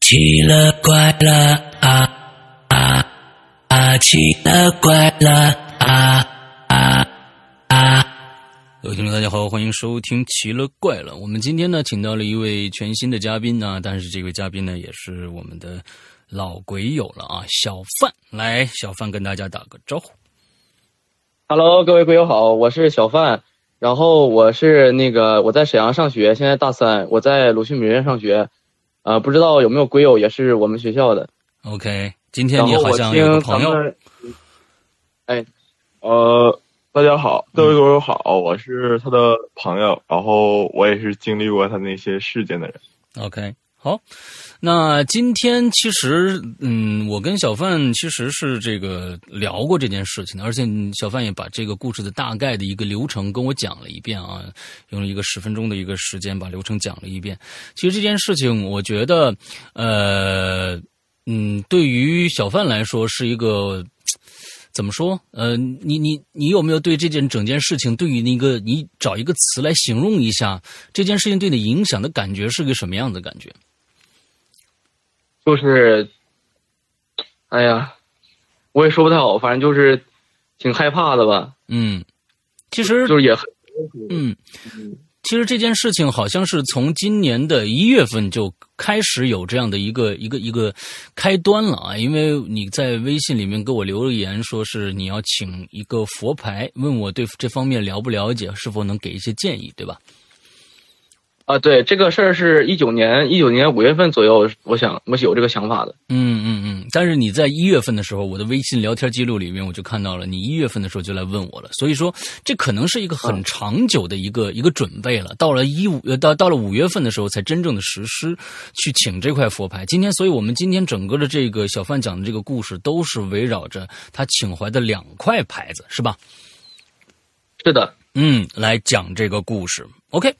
奇了怪了啊啊啊！奇了怪了啊啊啊！各位听众，大家好，欢迎收听《奇了怪了》。我们今天呢，请到了一位全新的嘉宾呢，但是这位嘉宾呢，也是我们的老鬼友了啊，小范。来，小范跟大家打个招呼。 Hello，各位鬼友好，我是小范，然后我是那个我在沈阳上学，现在大三，我在鲁迅美院上学，呃，不知道有没有鬼友也是我们学校的。 OK，今天然你后好我像有个听朋咱友，们，呃，大家好，各位嗯朋友好，我是他的朋友，然后我也是经历过他那些事件的人。 OK，好，那今天其实，嗯，我跟小范其实是这个聊过这件事情的，而且小范也把这个故事的大概的一个流程跟我讲了一遍啊，用了一个十分钟的一个时间把流程讲了一遍。其实这件事情，我觉得，呃，嗯，对于小范来说是一个。怎么说？呃，你你你有没有对这件整件事情，对于那个你找一个词来形容一下这件事情对你影响的感觉是个什么样的感觉？就是，哎呀，我也说不太好，反正就是挺害怕的吧，嗯，其实就是也嗯，其实这件事情好像是从今年的一月份就开始有这样的一个一个一个开端了啊，因为你在微信里面给我留了言，说是你要请一个佛牌，问我对这方面了不了解，是否能给一些建议，对吧？啊，对，这个事儿是一九年一九年五月份左右，我想我是有这个想法的。嗯嗯嗯，但是你在一月份的时候，我的微信聊天记录里面我就看到了，你一月份的时候就来问我了，所以说这可能是一个很长久的一个、一个准备了。到了一五呃到到了五月份的时候，才真正的实施去请这块佛牌。今天，所以我们今天整个的这个小范讲的这个故事，都是围绕着他请回的两块牌子，是吧？是的，嗯，来讲这个故事。OK，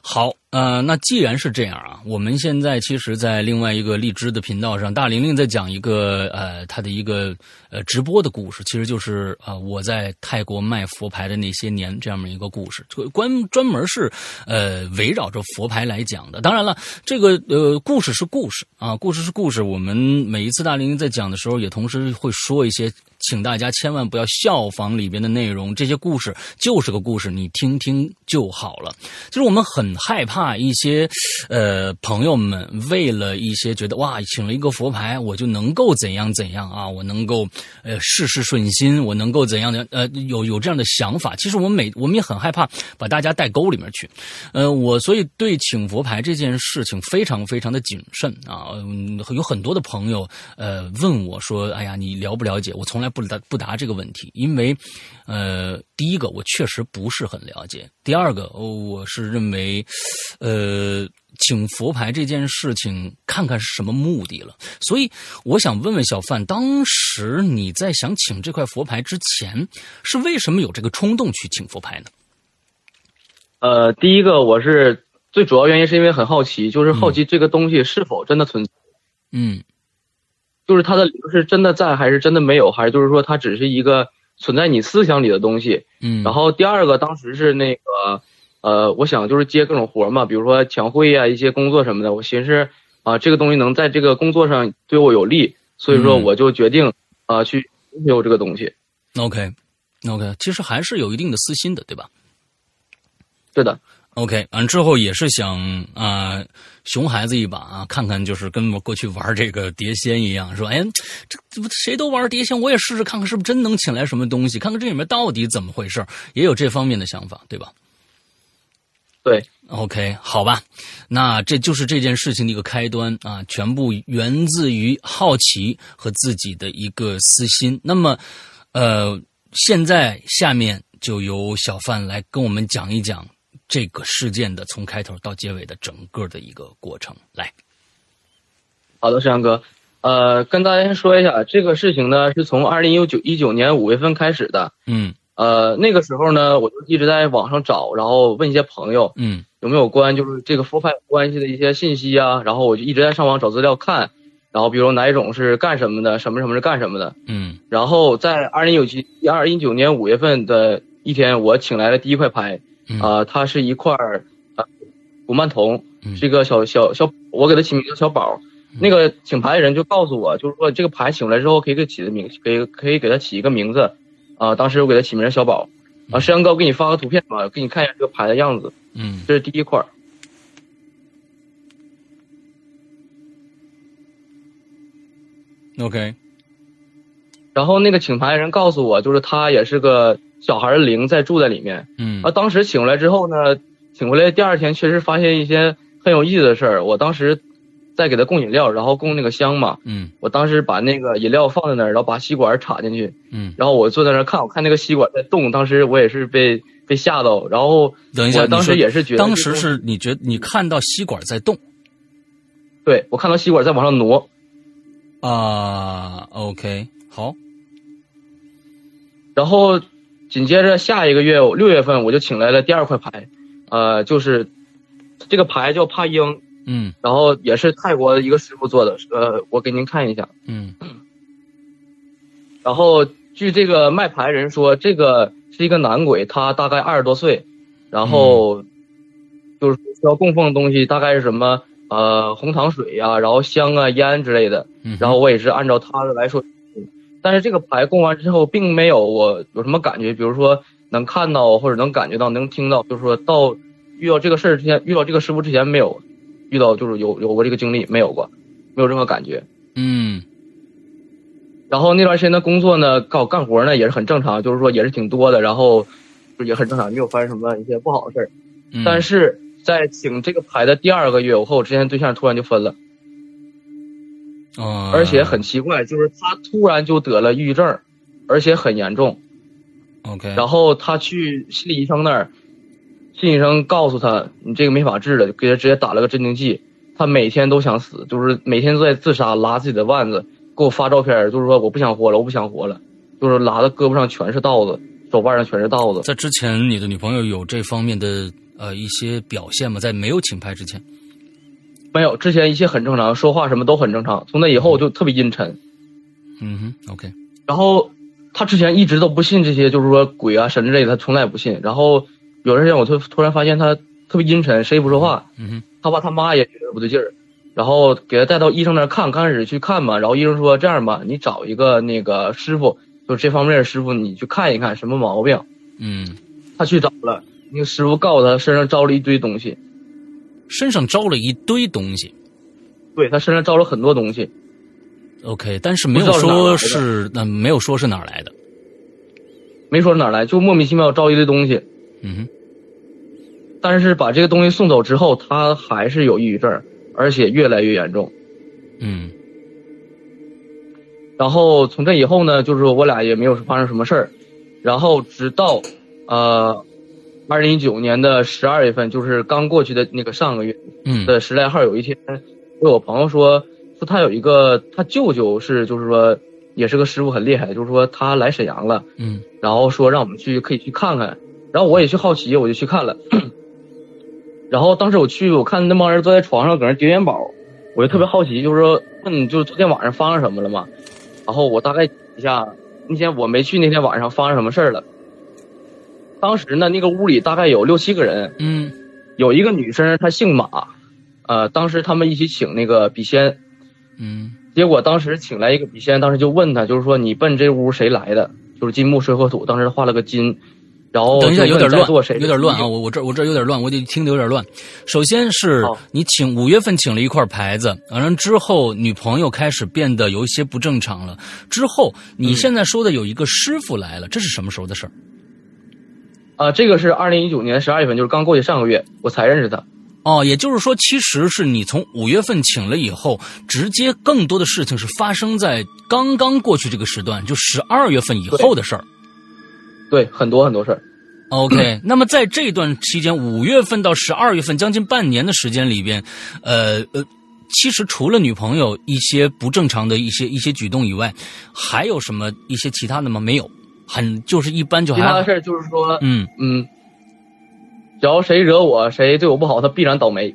好，呃，那既然是这样啊，我们现在其实，在另外一个荔枝的频道上，大玲玲在讲一个呃，她的一个呃直播的故事，其实就是啊、呃我在泰国卖佛牌的那些年这么一个故事，关专门是呃围绕着佛牌来讲的。当然了，这个呃故事是故事啊，故事是故事。我们每一次大玲玲在讲的时候，也同时会说一些，请大家千万不要效仿里边的内容。这些故事就是个故事，你听听就好了。就是我们很害怕一些呃朋友们为了一些觉得哇，请了一个佛牌，我就能够怎样怎样啊，我能够呃事事顺心，我能够怎样的呃有有这样的想法。其实我们每我们也很害怕把大家带沟里面去。呃，我所以对请佛牌这件事情非常非常的谨慎啊。嗯，有很多的朋友呃问我说：“哎呀，你了不了解？”我从来不答不答这个问题，因为呃，第一个我确实不是很了解，第二个哦我是认为呃。请佛牌这件事情，看看是什么目的了。所以我想问问小范，当时你在想请这块佛牌之前，是为什么有这个冲动去请佛牌呢？呃，第一个我是最主要原因是因为很好奇，就是好奇这个东西是否真的存在，嗯就是它的灵是真的在还是真的没有，还是就是说它只是一个存在你思想里的东西。嗯，然后第二个，当时是那个呃，我想就是接各种活嘛，比如说墙绘啊，一些工作什么的。我寻思啊、这个东西能在这个工作上对我有利，所以说嗯我就决定啊、去拥有这个东西。 OK，OK，、其实还是有一定的私心的，对吧是的， ？OK，完之后也是想啊、呃熊孩子一把啊，看看就是跟我过去玩这个碟仙一样，说，哎，这这不谁都玩碟仙，我也试试看看是不是真能请来什么东西，看看这里面到底怎么回事儿，也有这方面的想法，对吧？对。 OK，好吧，那这就是这件事情的一个开端啊，全部源自于好奇和自己的一个私心。那么，呃，现在下面就由小范来跟我们讲一讲这个事件的从开头到结尾的整个的一个过程。来，好的，石阳哥，呃，跟大家说一下，这个事情呢是从二零一九一九年五月份开始的。嗯呃，那个时候呢，我就一直在网上找，然后问一些朋友嗯有没有关就是这个佛牌有关系的一些信息啊，然后我就一直在上网找资料看，然后比如哪一种是干什么的，什么什么是干什么的。嗯然后在二零一九七二零一九年五月份的一天，我请来了第一块牌，嗯啊、它是一块儿呃古曼童嗯，嗯是一个小小小，我给它起名叫小宝。那个请牌的人就告诉我，就是说这个牌请过来之后可以给起的名，可以可以给他起一个名字，啊、当时我给他起名叫小宝，啊，摄像哥我给你发个图片吧，给你看一下这个牌的样子，嗯这是第一块儿， ，OK，然后那个请牌的人告诉我，就是他也是个小孩儿的灵在住在里面，嗯啊，当时请回来之后呢，请回来第二天确实发现一些很有意思的事儿。我当时在给他供饮料，然后供那个香嘛。嗯我当时把那个饮料放在那儿，然后把吸管插进去，嗯，然后我坐在那儿看，我看那个吸管在动，当时我也是被被吓到，然后等一下，我当你说时也是觉得当时就是你觉你看到吸管在动对我看到吸管在往上挪，啊，OK，好，然后紧接着下一个月六月份我就请来了第二块牌，呃，就是这个牌叫帕英，嗯然后也是泰国的一个师傅做的，呃，我给您看一下。嗯然后据这个卖牌人说，这个是一个男鬼，他大概二十多岁，然后就是说需要供奉的东西大概是什么呃红糖水呀、然后香啊、烟之类的。嗯，然后我也是按照他的来说，但是这个牌供完之后，并没有我有什么感觉，比如说能看到或者能感觉到、能听到，就是说到遇到这个事儿之前，遇到这个师傅之前没有遇到，就是有有过这个经历没有过，没有任何感觉。嗯然后那段时间的工作呢，干干活呢也是很正常，就是说也是挺多的，然后就也很正常，没有发生什么一些不好的事儿。嗯，但是在请这个牌的第二个月，我和我之前的对象突然就分了，啊，而且很奇怪，就是他突然就得了抑郁症，而且很严重。 OK，然后他去心理医生那儿，心理医生告诉他你这个没法治了，给他直接打了个镇定剂。他每天都想死，就是每天都在自杀，拉自己的腕子，给我发照片，就是说我不想活了，我不想活了，就是拉的胳膊上全是道子，手腕上全是道子。在之前你的女朋友有这方面的呃一些表现吗？在没有请拍之前，没有，之前一切很正常，说话什么都很正常。从那以后我就特别阴沉，嗯哼，OK，然后他之前一直都不信这些，就是说鬼啊神之类的，他从来不信。然后有段时间我突突然发现他特别阴沉，谁也不说话，嗯哼，他爸他妈也觉得不对劲儿，然后给他带到医生那儿看，刚开始去看嘛，然后医生说这样吧，你找一个那个师傅，就是这方面的师傅，你去看一看什么毛病。嗯，他去找了，那个师傅告诉他身上招了一堆东西，身上招了一堆东西对他身上招了很多东西， ，OK，但是没有不知道说是哪是那、没有说是哪儿来的，没说是哪儿来，就莫名其妙招一堆东西。嗯哼，但是把这个东西送走之后，他还是有抑郁症，而且越来越严重。嗯然后从这以后呢，就是我俩也没有发生什么事儿，然后直到，呃，二零一九年的十二月份，就是刚过去的那个上个月嗯的十来号，有一天，被我朋友说说他有一个他舅舅是就是说也是个师傅很厉害，就是说他来沈阳了，嗯然后说让我们去可以去看看，然后我也去好奇，我就去看了， 然后当时我去，我看那帮人坐在床上搁那叠元宝，我就特别好奇，就是说问就是昨天晚上发生什么了嘛，然后我大概一下那天我没去那天晚上发生什么事儿了，当时呢那个屋里大概有六七个人，嗯有一个女生她姓马，呃，当时他们一起请那个笔仙，嗯结果当时请来一个笔仙，当时就问他，就是说你奔这屋谁来的？就是金木水火土，当时画了个金，然后等一下哦就有问点在座乱谁，有点乱啊，我我这我这有点乱，我得听得有点乱。首先是好你请五月份请了一块牌子，完了之后女朋友开始变得有一些不正常了，之后嗯你现在说的有一个师傅来了，这是什么时候的事儿？啊、这个是二零一九年十二月份，就是刚过去上个月，我才认识他。哦，也就是说，其实是你从五月份请了以后，直接更多的事情是发生在刚刚过去这个时段，就十二月份以后的事儿。对，很多很多事儿， OK，那么在这段期间，五月份到十二月份，将近半年的时间里边，呃呃，其实除了女朋友一些不正常的一些一些举动以外，还有什么一些其他的吗？没有，很就是一般就其还他好啊的事儿就是说，嗯嗯，只要谁惹我，谁对我不好，他必然倒霉。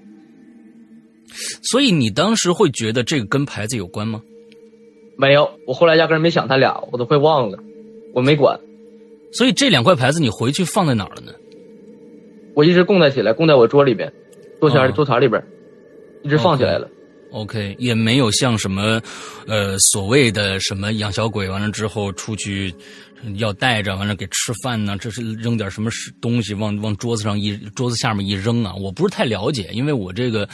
所以你当时会觉得这个跟牌子有关吗？没有，我后来压根儿没想他俩，我都快忘了，我没管，所以这两块牌子你回去放在哪儿了呢？我一直供在起来，供在我桌里边，桌前、哦桌台里边，一直放起来了。 OK，也没有像什么，呃，所谓的什么养小鬼，完了之后出去呃要带着，完了给吃饭呢，这是扔点什么食东西往往桌子上一桌子下面一扔啊。我不是太了解，因为我这个，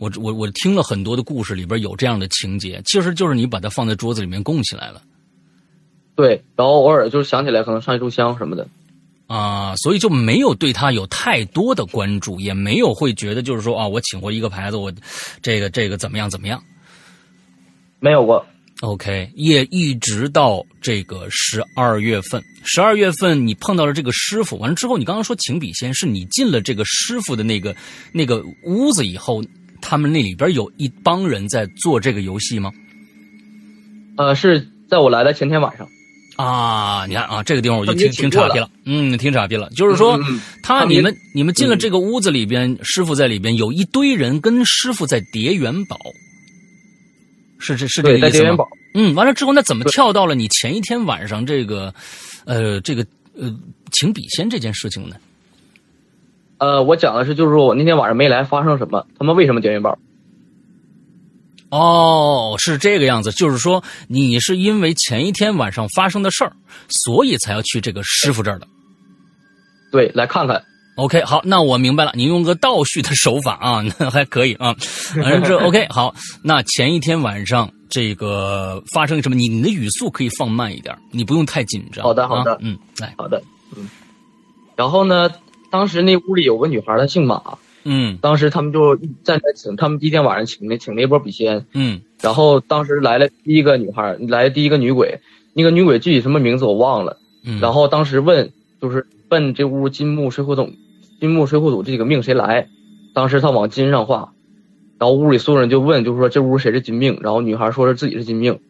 我我我听了很多的故事里边有这样的情节，其实就是你把它放在桌子里面供起来了对，然后偶尔就是想起来可能上一炷香什么的。啊、所以就没有对他有太多的关注，也没有会觉得就是说啊，我请回一个牌子，我这个这个怎么样怎么样。没有过， OK，也一直到这个十二月份，十二月份你碰到了这个师傅，完了之后，你刚刚说情笔仙是你进了这个师傅的那个那个屋子以后，他们那里边有一帮人在做这个游戏吗？呃，是在我来的前天晚上。啊，你看啊，这个地方我就他们听也听请岔过劈了，嗯，听岔劈了，就是说嗯嗯他他们你也嗯们你们进了这个屋子里边，师傅在里边有一堆人跟师傅在叠元宝，是这是这对，个在意思叠元吗？宝。嗯，完了之后，那怎么对跳到了你前一天晚上这个，呃，这个呃，请笔仙这件事情呢？呃，我讲的是，就是说我那天晚上没来，发生什么？他们为什么叠元宝？哦，是这个样子，就是说你是因为前一天晚上发生的事儿，所以才要去这个师傅这儿的。对，来看看。 OK，好，那我明白了，你用个倒叙的手法啊， 那还可以啊。嗯，这 OK，好，那前一天晚上这个发生什么？你你的语速可以放慢一点，你不用太紧张。好的好的啊嗯，来，好的，嗯。然后呢，当时那屋里有个女孩，她姓马。嗯当时他们就站在请，他们第一天晚上请那请那波笔仙，嗯然后当时来了第一个女孩，来了第一个女鬼，那个女鬼具体什么名字我忘了。嗯，然后当时问，就是问这屋金木水火土，金木水火土这几个命谁来？当时他往金上画，然后屋里所有人就问，就是说这屋谁是金命？然后女孩说是自己是金命，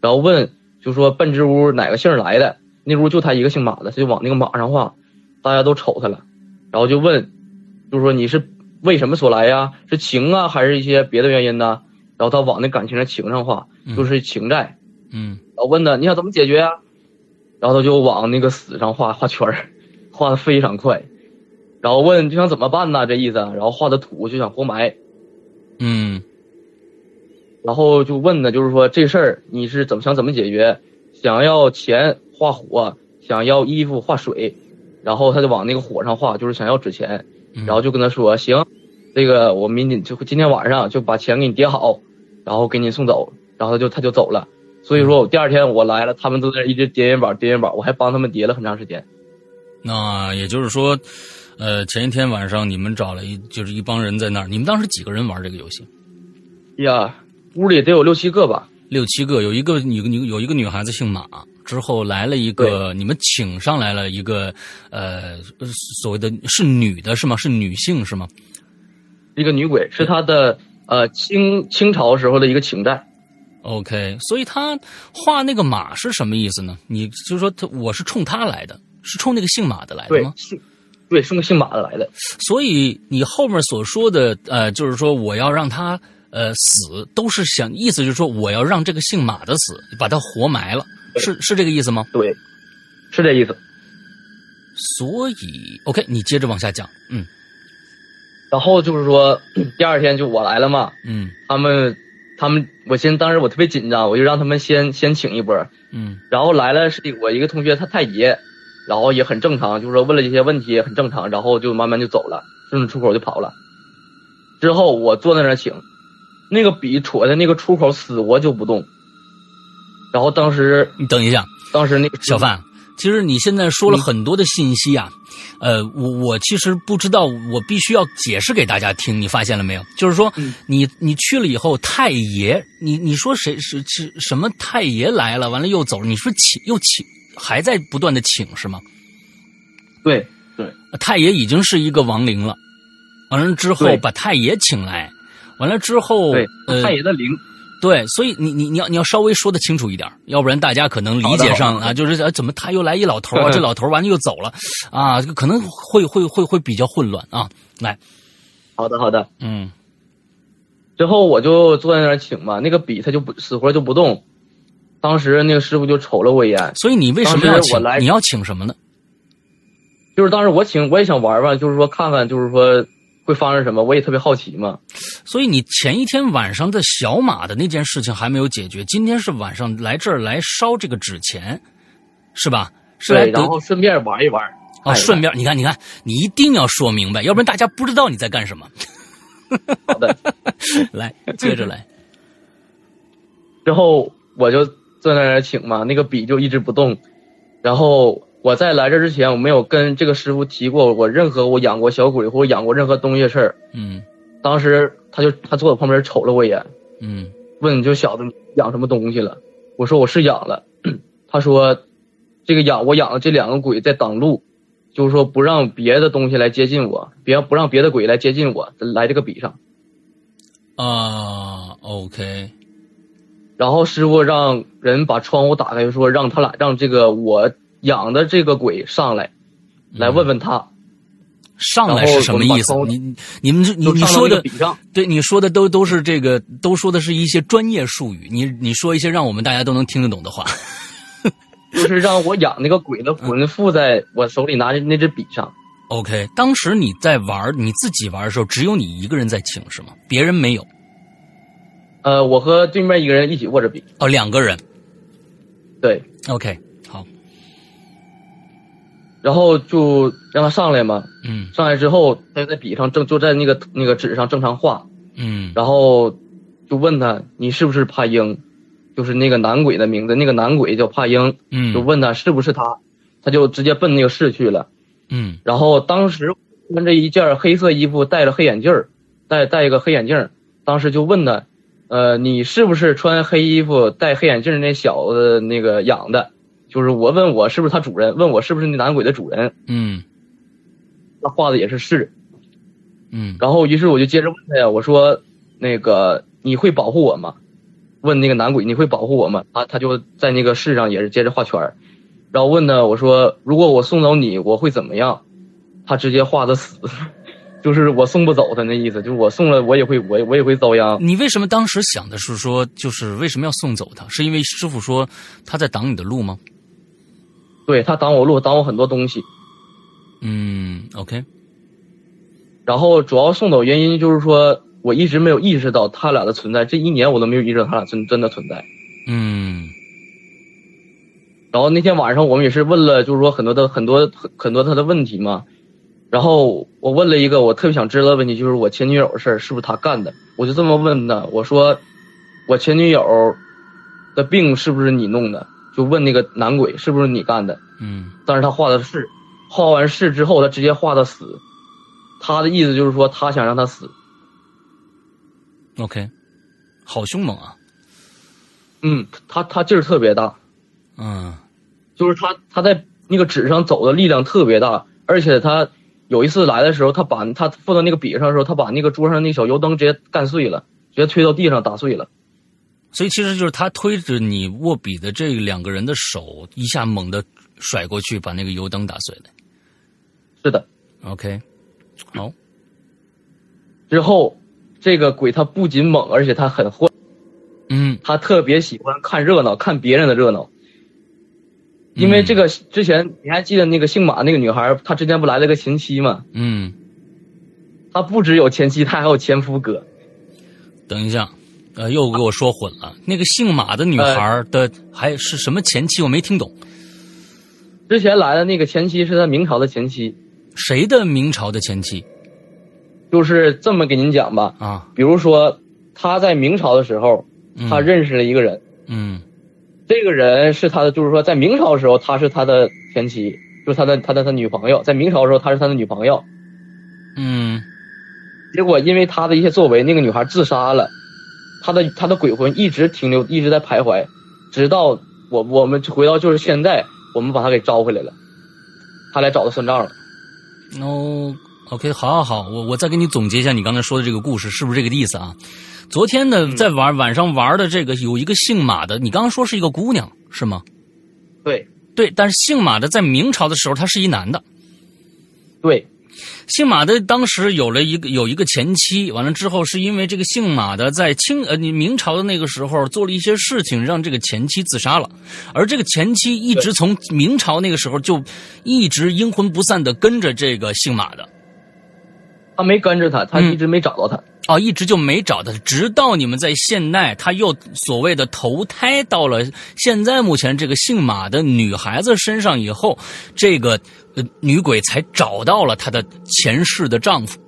然后问就说奔这屋哪个姓儿来的？那屋就他一个姓马的，他就往那个马上画，大家都瞅他了，然后就问，就是说你是为什么所来呀？是情啊，还是一些别的原因呢、然后他往那感情的情上画，就是情债。嗯我问他你想怎么解决呀、然后他就往那个死上画画圈儿， 画的非常快，然后问就想怎么办呢？这意思啊，然后画的土就想活埋，嗯然后就问呢，就是说这事儿你是怎么想怎么解决？想要钱画火，想要衣服画水，然后他就往那个火上画，就是想要纸钱，嗯，然后就跟他说行，这个我明天就今天晚上就把钱给你叠好，然后给你送走，然后他就他就走了。所以说我第二天我来了，他们都在那一直叠元宝叠元宝，我还帮他们叠了很长时间。那也就是说，呃，前一天晚上你们找了一就是一帮人在那儿，你们当时几个人玩这个游戏？哎呀，屋里得有六七个吧？六七个，有一个女女有一个女孩子姓马，之后来了一个，你们请上来了一个，呃，所谓的是女的是吗？是女性是吗？一个女鬼是他的呃清清朝时候的一个情债， OK，所以他画那个马是什么意思呢？你就是说他我是冲他来的，是冲那个姓马的来的对吗？，姓对是个姓马的来的，所以你后面所说的，呃，就是说我要让他呃死，都是想意思就是说我要让这个姓马的死，把他活埋了，对是是这个意思吗？对，是这意思。所以，OK，你接着往下讲，嗯然后就是说 第二天就我来了嘛，嗯他们他们我先当时我特别紧张，我就让他们先先请一波，嗯然后来了是我一个同学，他太爷，然后也很正常，就是说问了一些问题也很正常，然后就慢慢就走了，顺着出口就跑了。之后我坐在那儿请，那个笔戳在那个出口死活就不动。然后当时你等一下，当时那个小范，其实你现在说了很多的信息啊，呃，我我其实不知道，我必须要解释给大家听，你发现了没有？就是说，嗯你你去了以后，太爷，你你说谁是是什么太爷来了，完了又走了，你说请又请，还在不断的请是吗？对太爷已经是一个亡灵了，完了之后对把太爷请来，完了之后对、呃太爷的灵，对，所以你你你要你要稍微说的清楚一点，要不然大家可能理解上啊，就是、啊、怎么他又来一老头 啊，这老头完了又走了啊，可能会会会会比较混乱啊。来，好的好的。嗯之后我就坐在那儿请嘛，那个笔他就不死活就不动。当时那个师傅就瞅了我一眼，所以你为什么要当时请我来？你要请什么呢？就是当时我请我也想玩玩，就是说看看，就是说会发生什么，我也特别好奇嘛。所以你前一天晚上的小马的那件事情还没有解决，今天是晚上来这儿来烧这个纸钱，是吧？是来对，得然后顺便玩一玩。啊，哎顺便你看，你看，你一定要说明白，要不然大家不知道你在干什么。 好的，来，接着来，之后我就坐在那儿请嘛，那个笔就一直不动。然后我在来这之前，我没有跟这个师傅提过我任何我养过小鬼或者养过任何东西的事儿。嗯当时他就他坐我旁边瞅了我一眼，嗯问你就小子你养什么东西了？我说我是养了。 他说，这个养我养了这两个鬼在挡路，就是说不让别的东西来接近我，别不让别的鬼来接近我，来这个笔上。啊，OK，然后师傅让人把窗户打开，就说让他俩让这个我养的这个鬼上来，嗯来问问他。上来是什么意思然后我？们把你你你们这你就你上到说那的个笔上，对，你说的都都是这个，都说的是一些专业术语，你你说一些让我们大家都能听得懂的话。就是让我养那个鬼的魂附在我手里拿着那支笔上。 OK，当时你在玩你自己玩的时候，只有你一个人在请是吗？别人没有呃，我和对面一个人一起握着笔，哦，两个人。对， OK，好，然后就让他上来嘛。嗯上来之后，他就在笔上正就在那个那个纸上正常画，嗯然后就问他你是不是帕英，就是那个男鬼的名字，那个男鬼叫帕英，嗯就问他是不是他，他就直接奔那个市去了。嗯然后当时穿着一件黑色衣服，戴了黑眼镜儿，戴戴一个黑眼镜儿。当时就问他，呃，你是不是穿黑衣服戴黑眼镜儿那小子那个养的？就是我问我是不是他主人，问我是不是那男鬼的主人，嗯他画的也是是。嗯然后于是我就接着问他呀，我说那个你会保护我吗？问那个男鬼你会保护我吗？他他就在那个市上也是接着画圈儿，然后问呢我说如果我送走你我会怎么样？他直接画的死， 就是我送不走他那意思，就是我送了我也会我也我也会遭殃。你为什么当时想的是说，就是为什么要送走他？是因为师傅说他在挡你的路吗？对他挡我路挡我很多东西，嗯，OK，然后主要送走原因就是说我一直没有意识到他俩的存在，这一年我都没有意识到他俩真真的存在。嗯然后那天晚上我们也是问了，就是说很多的很多很多他的问题嘛。然后我问了一个我特别想知道的问题，就是我前女友的事儿是不是他干的？我就这么问的，我说我前女友的病是不是你弄的？就问那个男鬼是不是你干的？嗯但是他画的是，画完是之后他直接画的死，他的意思就是说他想让他死。 ，OK，好凶猛啊！嗯，他他劲儿特别大，嗯就是他他在那个纸上走的力量特别大，而且他有一次来的时候，他把他放到那个笔上的时候，他把那个桌上那个小油灯直接干碎了，直接推到地上打碎了。所以其实就是他推着你握笔的这两个人的手，一下猛地甩过去，把那个油灯打碎了。是的， OK，好，之后这个鬼他不仅猛，而且他很坏，嗯他特别喜欢看热闹，看别人的热闹。因为这个之前你还记得那个姓马那个女孩，她之前不来了个前妻嘛？嗯，她不只有前妻，她还有前夫哥。等一下，呃，又给我说混了。那个姓马的女孩的还是什么前妻，我没听懂。之前来的那个前妻是他明朝的前妻，谁的明朝的前妻就是这么给您讲吧，啊？比如说他在明朝的时候，嗯他认识了一个人，嗯这个人是他的，就是说在明朝的时候他是他的前妻，就是他的他的他女朋友，在明朝的时候他是他的女朋友，嗯结果因为他的一些作为，那个女孩自杀了，他的他的鬼魂一直停留，一直在徘徊，直到我我们回到就是现在，我们把他给招回来了，他来找他算账了。哦，OK，好好好，我我再给你总结一下你刚才说的这个故事，是不是这个意思啊？昨天呢，在玩晚上玩的这个有一个姓马的，你刚刚说是一个姑娘是吗？对对，但是姓马的在明朝的时候他是一男的，对，姓马的当时有了一个有一个前妻，完了之后是因为这个姓马的在清呃你明朝的那个时候做了一些事情，让这个前妻自杀了，而这个前妻一直从明朝那个时候就一直阴魂不散的跟着这个姓马的，他没跟着他，他嗯一直没找到他。哦，一直就没找到，直到你们在现代，他又所谓的投胎到了现在目前这个姓马的女孩子身上以后，这个、呃、女鬼才找到了她的前世的丈夫。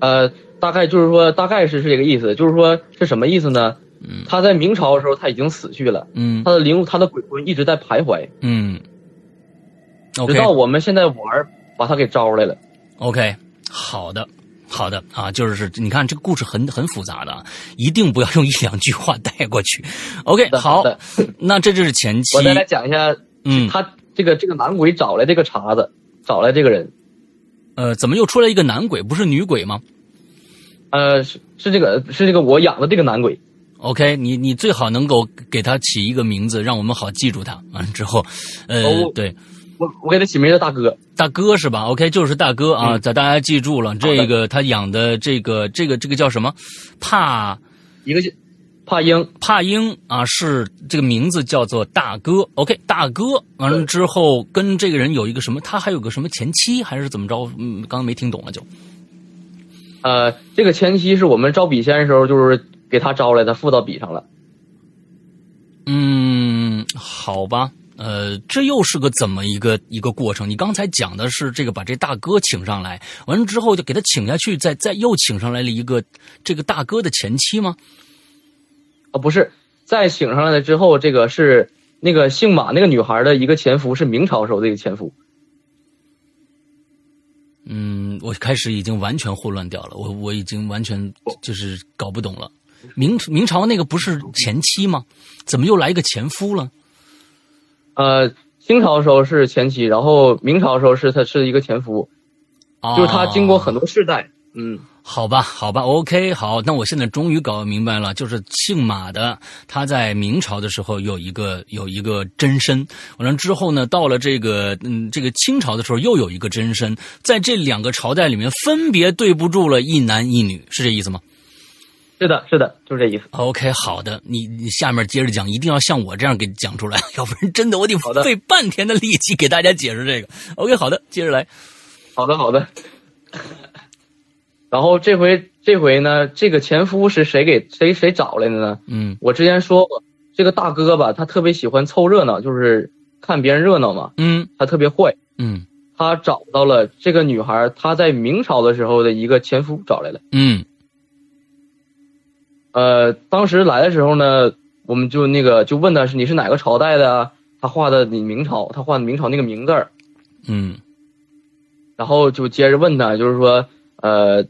呃，大概就是说，大概是是这个意思，就是说是什么意思呢？他在明朝的时候他已经死去了，嗯他的灵他的鬼魂一直在徘徊，嗯，OK，直到我们现在玩儿把他给招来了。 OK，好的，好的啊，就是你看这个故事很很复杂的，啊，一定不要用一两句话带过去。OK，的好好的，那这就是前期我，再来讲一下嗯，他这个这个男鬼找来这个茬子，找来这个人，呃，怎么又出来一个男鬼，不是女鬼吗呃，是是这个是这个我养的这个男鬼， ？OK，你你最好能够给他起一个名字，让我们好记住他。完了之后，呃，哦对，我我给他起名叫大哥，大哥是吧？OK，就是大哥啊，咱、大家记住了，这个他养的这个这个这个叫什么？帕一个是帕英，帕英啊，是这个名字叫做大哥。OK，大哥完了之后跟这个人有一个什么？他还有个什么前妻还是怎么着？嗯，刚刚没听懂了就。呃，这个前期是我们招笔仙的时候就是给他招来的，附到笔上了。嗯，好吧。呃，这又是个怎么一个一个过程？你刚才讲的是这个把这大哥请上来，完了之后就给他请下去，再再又请上来了一个这个大哥的前妻吗？啊，不是，在醒上来了之后，这个是那个姓马那个女孩的一个前夫，是明朝时候的一个前夫。嗯，我开始已经完全混乱掉了，我我已经完全就是搞不懂了。明明朝那个不是前妻吗？怎么又来一个前夫了？呃，清朝时候是前妻，然后明朝时候是他是一个前夫，啊，就是他经过很多世代，嗯，好吧，好吧，OK，好，那我现在终于搞明白了，就是姓马的，他在明朝的时候有一个有一个真身，完了之后呢，到了这个嗯这个清朝的时候又有一个真身，在这两个朝代里面分别对不住了一男一女，是这意思吗？是的，是的，就是这意思。 OK，好的，你你下面接着讲，一定要像我这样给讲出来， 要不然真的我得的费半天的力气给大家解释这个。OK，好的，接着来。好的，好的。 然后这回这回呢，这个前夫是谁给谁谁找来的呢？嗯我之前说过，这个大哥吧，他特别喜欢凑热闹，就是看别人热闹嘛，嗯他特别坏。嗯他找到了这个女孩，她在明朝的时候的一个前夫找来了。嗯呃，当时来的时候呢，我们就那个就问他是你是哪个朝代的啊？他画的你明朝，他画的明朝那个明字儿，嗯然后就接着问他，就是说，呃，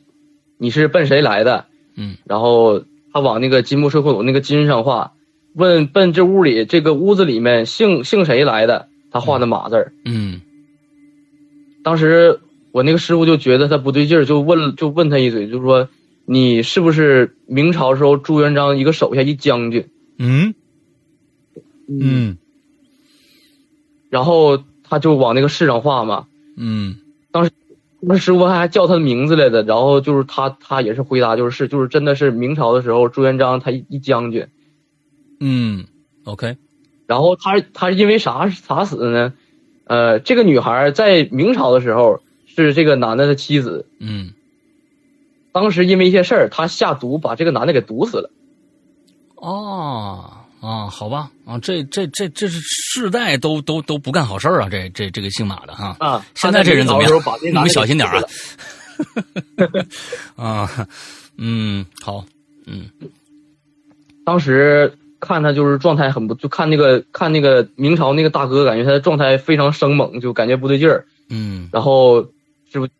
你是奔谁来的？嗯，然后他往那个金木水火土那个金上画，问奔这屋里这个屋子里面姓姓谁来的？他画的马字儿。嗯当时我那个师傅就觉得他不对劲儿，就问了就问他一嘴，就说你是不是明朝时候朱元璋一个手下一将军？嗯嗯然后他就往那个市上画嘛。嗯那师傅还叫他名字来的，然后就是他，他也是回答就是是就是真的是明朝的时候朱元璋他一一将军，嗯，OK，然后他他是因为啥啥死的呢？呃，这个女孩在明朝的时候是这个男的的妻子，嗯当时因为一些事儿，她下毒把这个男的给毒死了。哦啊，好吧啊，这这这这是世代都都都不干好事儿啊，这这这个姓马的哈。啊，现在这人怎么样她在明朝的时候 把这你男的给们小心点儿啊毒死了！ 啊， 嗯，好，嗯当时看他就是状态很不，就看那个看那个明朝那个大哥，感觉他的状态非常生猛，就感觉不对劲儿。嗯然后师傅就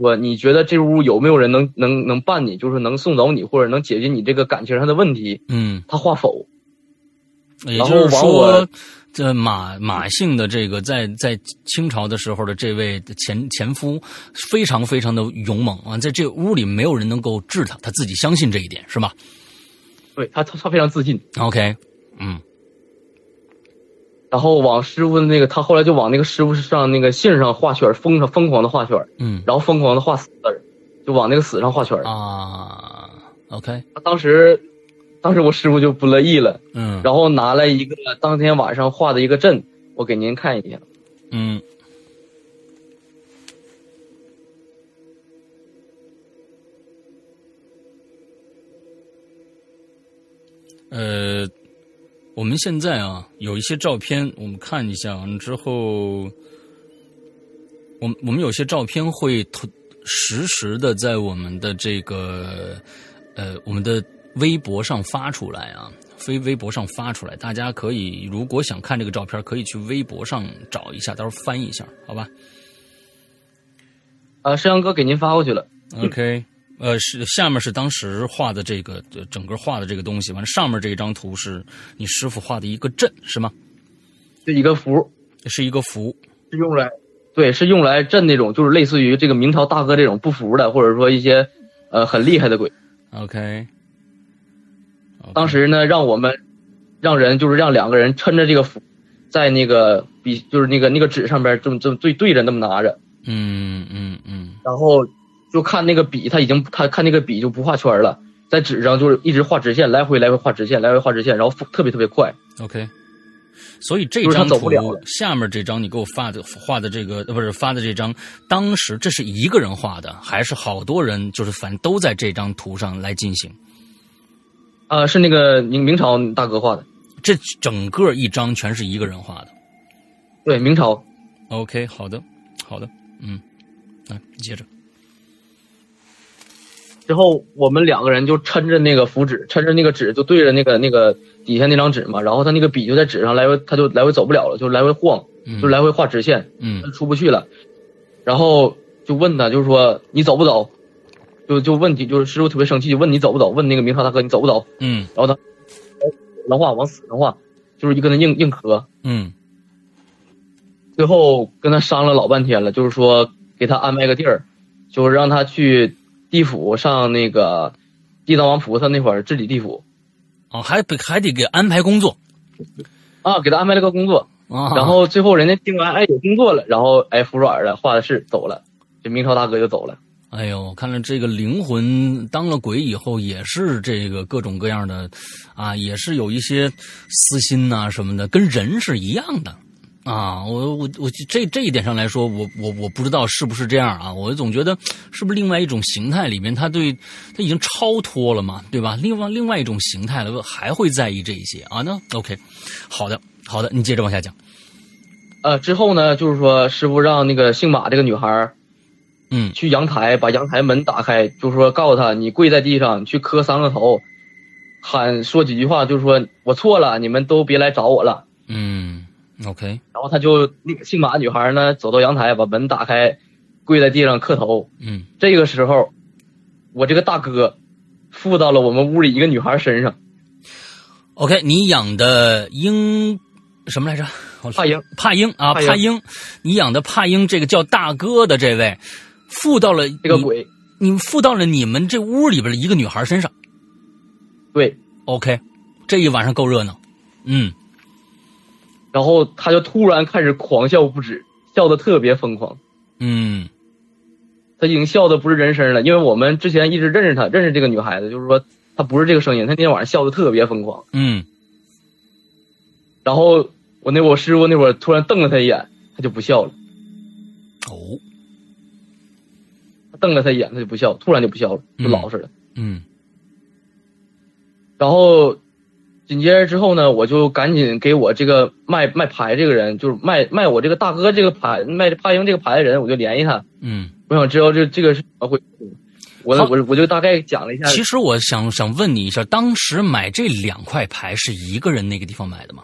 说：“你觉得这屋有没有人能能能办你，就是能送走你，或者能解决你这个感情上的问题嗯？”，他画否，也然后就是往说我，这马马姓的这个在在清朝的时候的这位前前夫非常非常的勇猛啊，在这屋里没有人能够治他，他自己相信这一点是吧对他他他非常自信。 ？OK，嗯然后往师傅的那个，他后来就往那个师傅上那个信上画圈，疯上疯狂的画圈，嗯然后疯狂的画死字儿，就往那个死上画圈。啊，OK，他当时，当时我师傅就不乐意了，嗯然后拿来一个当天晚上画的一个阵，我给您嗯看一下。嗯呃，我们现在啊有一些照片，我们看一下完了之后，我们我们有些照片会同实时的在我们的这个呃我们的微博上发出来啊。非微博上发出来，大家可以如果想看这个照片，可以去微博上找一下，到时候翻一下，好吧啊，摄像哥给您发过去了。 ？OK，、呃，是下面是当时画的这个呃整个画的这个东西，完了上面这张图是你师傅画的一个阵，是吗？这一个符是一个符，是用来，对，是用来镇那种就是类似于这个明朝大哥这种不服的，或者说一些呃很厉害的鬼。 OK，当时呢，让我们让人就是让两个人抻着这个符，在那个笔就是那个那个纸上边这么这么对对着那么拿着，嗯嗯嗯然后就看那个笔，他已经他看那个笔就不画圈了，在纸上就是一直画直线，来回来回画直线，来回画直线，然后特别特别快。 ，OK。所以这就是他张走图不了了下面这张你给我发的画的这个呃不是发的这张，当时这是一个人画的，还是好多人就是反正都在这张图上来进行？啊、是那个明明朝大哥画的，这整个一张全是一个人画的。对，明朝 OK，好的，好的，嗯，来接着，之后，我们两个人就抻着那个符纸，抻着那个纸就对着那个那个底下那张纸嘛，然后他那个笔就在纸上来回，他就来回走不了了，就来回晃，嗯就来回画直线，嗯他出不去了。然后就问他，就是说你走不走？就就问题就是师傅特别生气，就问你走不走？问那个明朝大哥你走不走？嗯然后他哎能画往死能画，就是一跟他硬硬磕。嗯最后跟他商量老半天了，就是说给他安排个地儿，就是让他去地府上那个地藏王菩萨那块儿治理地府哦，还得还得给安排工作啊，给他安排了个工作。啊，然后最后人家听完，哎，有工作了，然后哎服软了，画的是走了，这明朝大哥就走了。哎呦，看来这个灵魂当了鬼以后，也是这个各种各样的，啊，也是有一些私心呐、什么的，跟人是一样的。啊，我我我这这一点上来说，我我我不知道是不是这样啊，我总觉得是不是另外一种形态里面，他对他已经超脱了嘛，对吧？另外另外一种形态了，还会在意这一些啊？那 OK，好的好的，你接着往下讲。呃，之后呢，就是说师傅让那个姓马这个女孩儿嗯去阳台，把阳台门打开，就是说告诉她，你跪在地上，你去磕三个头，喊说几句话，就是说我错了，你们都别来找我了。嗯，OK，然后他就那个姓马的女孩呢，走到阳台，把门打开，跪在地上磕头。嗯这个时候，我这个大哥附到了我们屋里一个女孩身上， ，OK，你养的鹰什么来着？我怕赢。帕英啊，帕英帕英，你养的帕英这个叫大哥的这位，附到了这个鬼，你，你附到了你们这屋里边的一个女孩身上。对， OK，这一晚上够热闹。嗯，然后他就突然开始狂笑不止，笑得特别疯狂。嗯，他已经笑得不是人声了，因为我们之前一直认识他，认识这个女孩子，就是说她不是这个声音。她那天晚上笑得特别疯狂。嗯，然后我那我师傅那会儿突然瞪了他一眼，他就不笑了，哦，瞪了他一眼，他就不笑，突然就不笑了，就嗯老实了。嗯然后紧接着之后呢，我就赶紧给我这个卖卖牌这个人，就是卖卖我这个大哥这个牌卖帕英这个牌的人，我就联系他，嗯。我想知道这这个是怎么回事。我好我我就大概讲了一下，其实我想想问你一下，当时买这两块牌是一个人那个地方买的吗？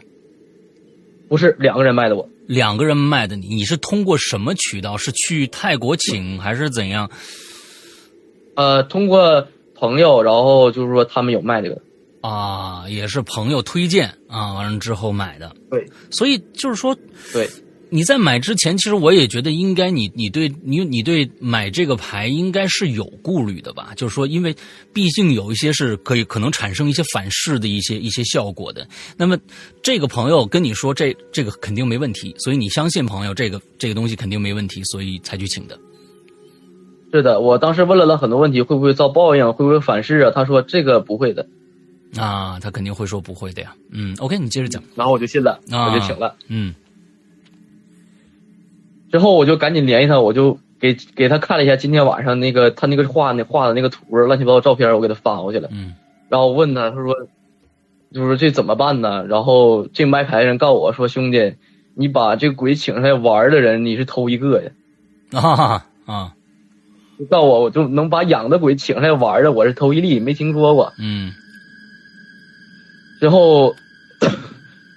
不是两个人卖的我，两个人卖的你，你是通过什么渠道？是去泰国请还是怎样？呃，通过朋友，然后就是说他们有卖这个，啊，也是朋友推荐啊，完了之后买的。对，所以就是说，对，你在买之前，其实我也觉得应该你你对你你对买这个牌应该是有顾虑的吧？就是说，因为毕竟有一些是可以可能产生一些反噬的一些一些效果的。那么这个朋友跟你说这这个肯定没问题，所以你相信朋友这个这个东西肯定没问题，所以才去请的。是的，我当时问了他很多问题，会不会遭报应，会不会反噬啊？他说这个不会的，啊，他肯定会说不会的呀。嗯，OK，你接着讲。然后我就信了，啊我就请了。嗯之后我就赶紧联系他，我就给给他看了一下今天晚上那个他那个画那画的那个图，乱七八糟照片，我给他发过去了。嗯然后我问他，他说就是这怎么办呢？然后这麦牌人告我说，兄弟，你把这鬼请上来玩儿的人，你是头一个呀。啊啊，就告我，我就能把养的鬼请上来玩儿的，我是头一例，没听说过。嗯之后，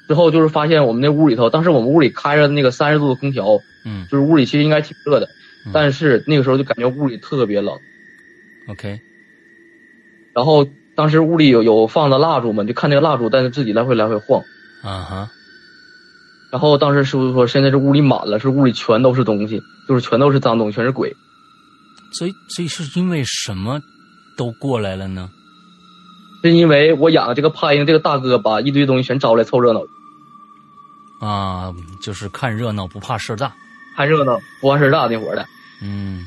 之后就是发现我们那屋里头，当时我们屋里开着那个三十度的空调，嗯就是屋里其实应该挺热的嗯，但是那个时候就感觉屋里特别冷。 ，OK，然后当时屋里有有放的蜡烛嘛，就看那个蜡烛，但是自己来回来回晃。啊哈，然后当时师傅就说，现在这屋里满了，是屋里全都是东西，就是全都是脏东西，全是鬼。所以所以是因为什么都过来了呢？是因为我养的这个帕英这个大哥把一堆东西全招来凑热闹，啊，就是看热闹不怕事儿大，看热闹不怕事儿大那伙儿的。嗯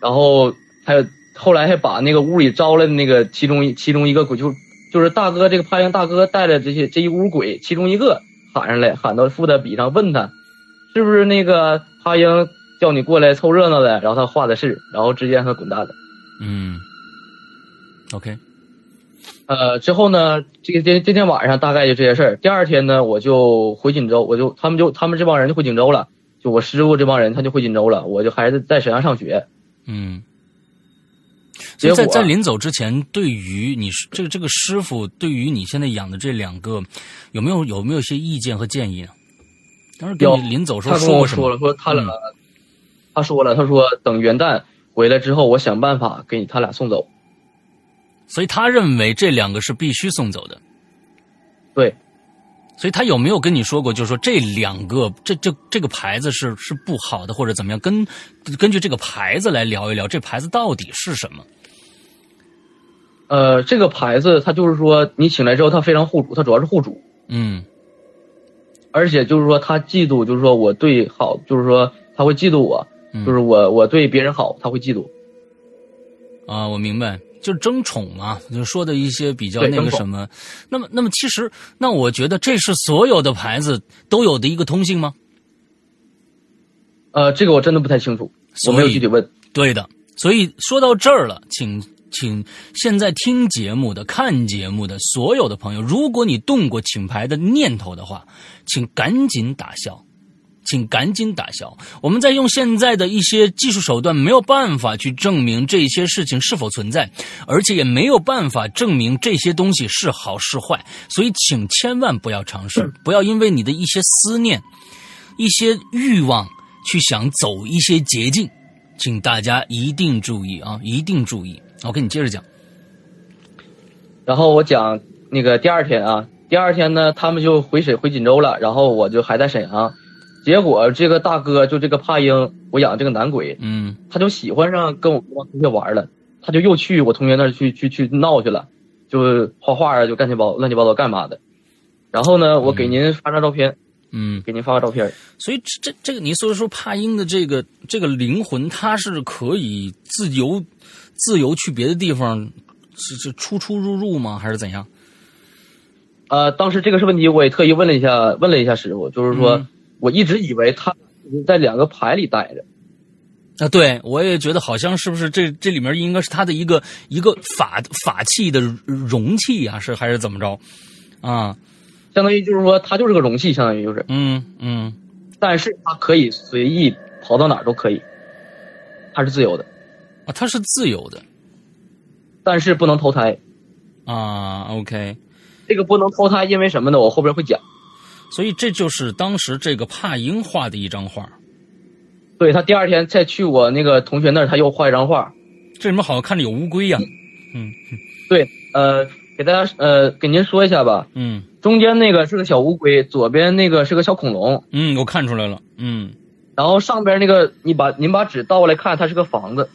然后还有后来还把那个屋里招来的那个其中一其中一个鬼，就就是大哥这个潘英大哥带来这些这一屋鬼其中一个喊上来，喊到副的笔上，问他是不是那个潘英叫你过来凑热闹的，然后他画的是，然后直接让他滚蛋了。嗯，OK，呃，之后呢，这个这这天晚上大概就这些事儿。第二天呢，我就回锦州，我就他们就他们这帮人就回锦州了，就我师傅这帮人他就回锦州了，我就还是在沈阳上学。嗯。所结以果啊在在临走之前，对于你这个这个师傅，对于你现在养的这两个，有没有有没有一些意见和建议啊？当时给有你临走时候他跟说我过什说么？了，说他俩，嗯他说了，他说等元旦回来之后，我想办法给你他俩送走。所以他认为这两个是必须送走的。对，所以他有没有跟你说过，就是说这两个这这这个牌子是是不好的，或者怎么样？根根据这个牌子来聊一聊，这牌子到底是什么？呃，这个牌子他就是说你请来之后，他非常护主，他主要是护主，嗯而且就是说他嫉妒，就是说我对好，就是说他会嫉妒我，嗯就是我我对别人好，他会嫉妒。啊，我明白，就是争宠嘛，就说的一些比较对那个争宠什么。那么，那么其实，那我觉得这是所有的牌子都有的一个通性吗？呃，这个我真的不太清楚，我没所有具体以，问。对的。所以说到这儿了，请请现在听节目的、看节目的所有的朋友，如果你动过请牌的念头的话，请赶紧打消。请赶紧打消！我们在用现在的一些技术手段，没有办法去证明这些事情是否存在，而且也没有办法证明这些东西是好是坏，所以请千万不要尝试，不要因为你的一些思念、一些欲望去想走一些捷径，请大家一定注意啊，一定注意。我跟你接着讲，然后我讲那个第二天啊，第二天呢，他们就回沈回锦州了，然后我就还在沈阳。结果这个大哥就这个帕英，我养这个男鬼，嗯他就喜欢上跟我这帮同学玩了，他就又去我同学那儿去去去闹去了，就画画啊，就干七八乱七八糟干嘛的。然后呢，我给您发张照片，嗯，给您发个照片。所以这这这个，你所以说帕英的这个这个灵魂，它是可以自由自由去别的地方，是是出出入入吗？还是怎样？呃，当时这个是问题，我也特意问了一下，问了一下师傅，就是说，嗯我一直以为他在两个牌里待着，啊，对，我也觉得好像是不是这这里面应该是他的一个一个法法器的容器啊，是还是怎么着？啊，相当于就是说他就是个容器，相当于就是，嗯嗯但是他可以随意跑到哪儿都可以，他是自由的，啊，它是自由的但是不能投胎。啊。OK，这个不能投胎，因为什么呢？我后边会讲。所以这就是当时这个帕英画的一张画。对他第二天再去我那个同学那儿，他又画一张画，这里面好像看着有乌龟呀、对，呃，给大家呃给您说一下吧，嗯中间那个是个小乌龟，左边那个是个小恐龙，嗯，我看出来了。嗯。然后上边那个你把您把纸倒过来看，它是个房子。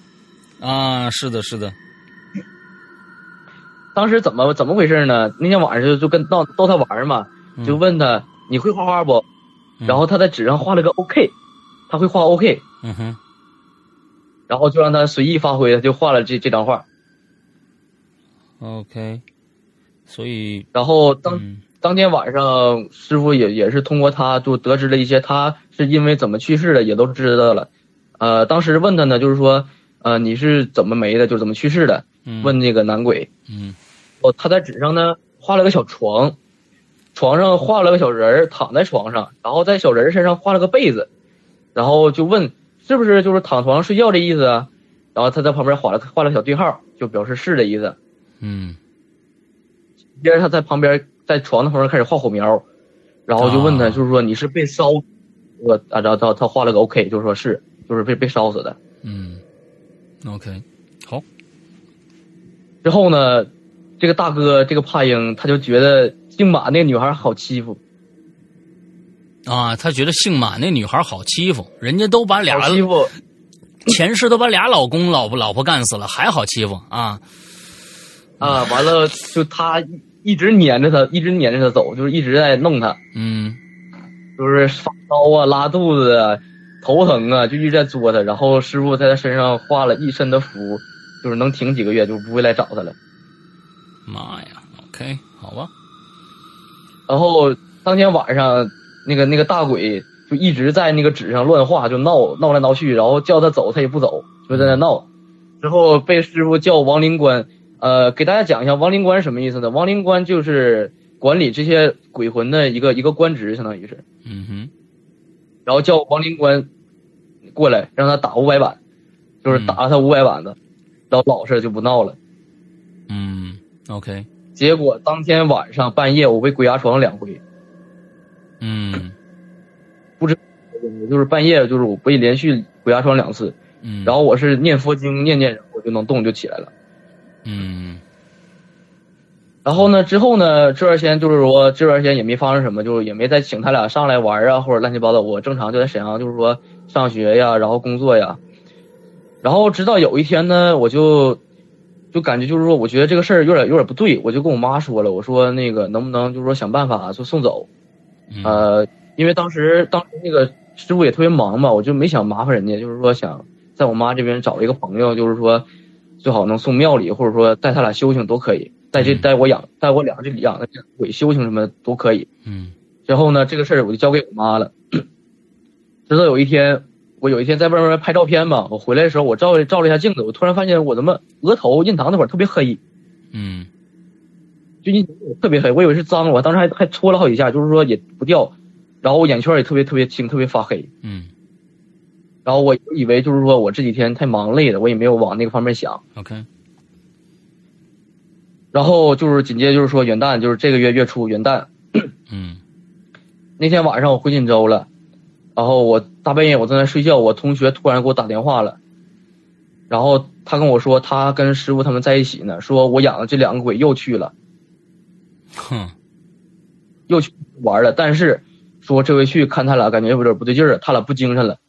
啊，是的，是的，当时怎么怎么回事呢？那天晚上就就跟闹逗他玩嘛，就问他、你会画画不？嗯然后他在纸上画了个 OK，他会画 OK，嗯哼，然后就让他随意发挥，他就画了这这张画。 ，OK，所以，然后当、嗯当天晚上，师傅也也是通过他就得知了一些他是因为怎么去世的，也都知道了。呃，当时问他呢，就是说，呃，你是怎么没的，就是怎么去世的？嗯问那个男鬼。嗯哦，他在纸上呢画了个小床，床上画了个小人儿躺在床上，然后在小人儿身上画了个被子，然后就问是不是就是躺床上睡觉的意思啊？然后他在旁边画了画了个小对号，就表示是的意思。嗯，接着他在旁边在床的旁边开始画火苗，然后就问他，啊就是说你是被烧，我啊，然后他他画了个 OK，就是说是，就是被被烧死的。嗯，OK，好，之后呢，这个大哥这个帕英他就觉得姓马那个女孩好欺负，啊，他觉得姓马那女孩好欺负，人家都把俩好欺负， 前世都把俩老公老婆老婆干死了，还好欺负啊？啊，完了就他一直撵着他，一直撵着他走，就是一直在弄他，嗯就是发烧啊、拉肚子啊、头疼啊，就一直在作他。然后师傅在他身上画了一身的符，就是能挺几个月，就不会来找他了。妈呀，OK，好吧，然后当天晚上，那个那个大鬼就一直在那个纸上乱画，就闹闹来闹去，然后叫他走他也不走，就在那闹。之后被师傅叫亡灵官，呃，给大家讲一下亡灵官是什么意思呢？亡灵官就是管理这些鬼魂的一个一个官职，相当于是。嗯哼，然后叫亡灵官过来，让他打五百板，就是打他五百板子，然后老实就不闹了。嗯，OK，结果当天晚上半夜，我被鬼压床两回。嗯就是半夜，就是我被连续鬼压床两次，嗯，然后我是念佛经念念，我就能动就起来了。嗯然后呢，之后呢，这段时间就是说这段时间也没发生什么，就是也没再请他俩上来玩啊，或者乱七八糟。我正常就在沈阳，就是说上学呀，然后工作呀。然后直到有一天呢，我就就感觉就是说，我觉得这个事儿有点有点不对，我就跟我妈说了，我说那个能不能就是说想办法就送走，嗯呃，因为当时当时那个师傅也特别忙嘛，我就没想麻烦人家，就是说想在我妈这边找一个朋友，就是说最好能送庙里，或者说带他俩修行都可以，带这嗯带我养带我俩这养的这鬼修行什么都可以。嗯之后呢，这个事儿我就交给我妈了。直到有一天，我有一天在外面拍照片嘛，我回来的时候我照照了一下镜子，我突然发现我他妈额头印堂那块儿特别黑，嗯就印堂特别黑，我以为是脏了，我当时还还搓了好几下，就是说也不掉，然后我眼圈也特别特别青，特别发黑。嗯然后我以为就是说我这几天太忙累了，我也没有往那个方面想。 ，OK，然后就是紧接着就是说元旦，就是这个月月初元旦嗯那天晚上我回锦州了，然后我大半夜我正在睡觉，我同学突然给我打电话了，然后他跟我说他跟师傅他们在一起呢，说我养的这两个鬼又去了，哼，又去玩了，但是说这回去看他俩感觉有点不对劲儿了，他俩不精神了。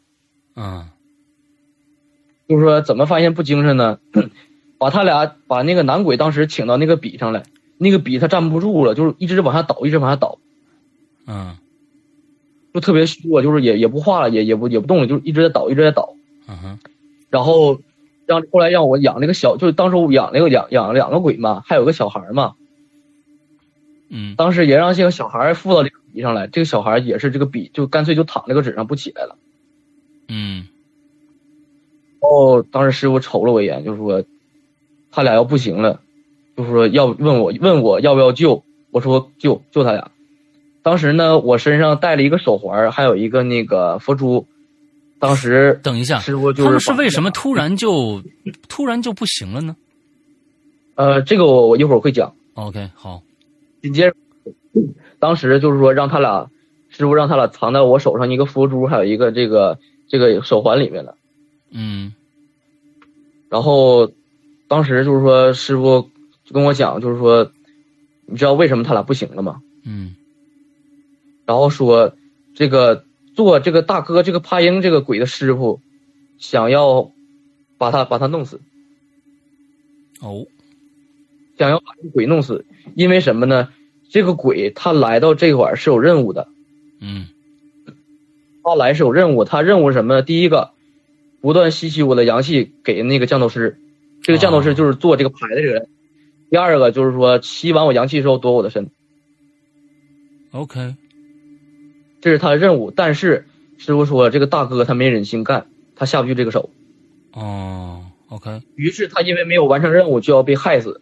啊就是说怎么发现不精神呢？ 把他俩把那个男鬼当时请到那个笔上来，那个笔他站不住了，就是一直往下倒，一直往下倒，嗯就特别虚弱，就是也也不画了，也也不也不动了，就是一直在倒，一直在倒。嗯哼，然后让后来让我养那个小，就是当时我养那个养养两个鬼嘛，还有个小孩嘛，嗯当时也让这个小孩附到这个笔上来，这个小孩也是这个笔就干脆就躺这个纸上不起来了。嗯然后当时师傅瞅了我一眼，就说他俩要不行了，就说要问我问我要不要救，我说救救他俩。当时呢，我身上带了一个手环，还有一个那个佛珠。当时等一下，师傅就啊是他们是把为什么突然就突然就不行了呢呃，这个我我一会儿会讲。 ？OK，好，紧接着，当时就是说让他俩，师傅让他俩藏在我手上一个佛珠，还有一个这个这个手环里面了。嗯然后当时就是说师傅就跟我讲，就是说你知道为什么他俩不行了吗？嗯然后说这个做这个大哥这个帕英这个鬼的师傅，想要把他把他弄死，哦，想要把这个鬼弄死，因为什么呢？这个鬼他来到这块儿是有任务的，嗯他来是有任务，他任务是什么呢？第一个，不断吸取我的阳气给那个降头师，这个降头哦师就是做这个牌的这个人。第二个就是说吸完我阳气之后夺我的身， ，OK，这是他的任务。但是师傅说这个大哥他没忍心干，他下不去这个手。哦，OK，于是他因为没有完成任务就要被害死。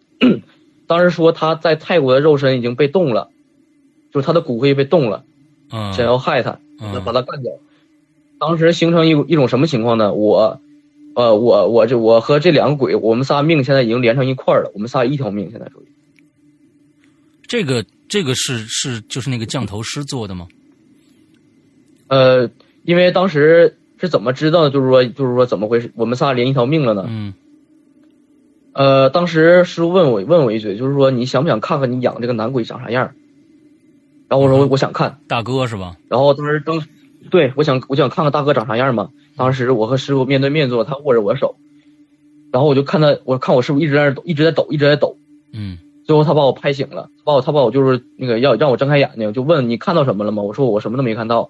当时说他在泰国的肉身已经被冻了，就是他的骨灰被冻了，嗯，想要害他，嗯把他干掉。当时形成一一种什么情况呢？我，呃，我我这我和这两个鬼，我们仨命现在已经连成一块儿了，我们仨一条命现在属于。这个这个是是就是那个降头师做的吗？呃，因为当时是怎么知道的？就是说，就是说怎么回事？我们仨连一条命了呢？嗯呃，当时师傅问我问我一句，就是说你想不想看看你养这个男鬼长啥样儿？然后我说我想看，，大哥是吧？然后当时当时，对我想我想看看大哥长啥样嘛。当时我和师傅面对面坐，他握着我的手，然后我就看他，我看我师傅一直在那儿抖，一直在抖，一直在抖。嗯最后他把我拍醒了，把我他把我就是那个要让我睁开眼睛，就问你看到什么了吗？我说我什么都没看到。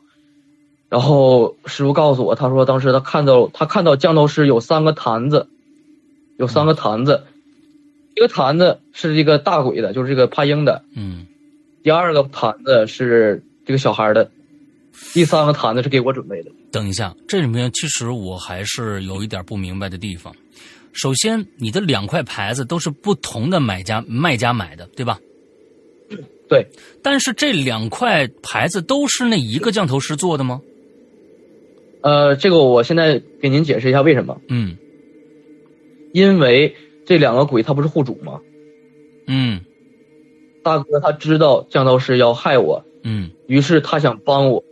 然后师傅告诉我，他说当时他看到他看到降头师有三个坛子，有三个坛子，一个坛子是这个大鬼的，就是这个帕英的，嗯，第二个盘子是这个小孩的，第三个盘子是给我准备的。等一下，这里面其实我还是有一点不明白的地方。首先，你的两块牌子都是不同的买家卖家买的，对吧？对，但是这两块牌子都是那一个降头师做的吗？呃，这个我现在给您解释一下为什么，嗯因为这两个鬼他不是护主吗？嗯大哥他知道降头师要害我，嗯，于是他想帮我，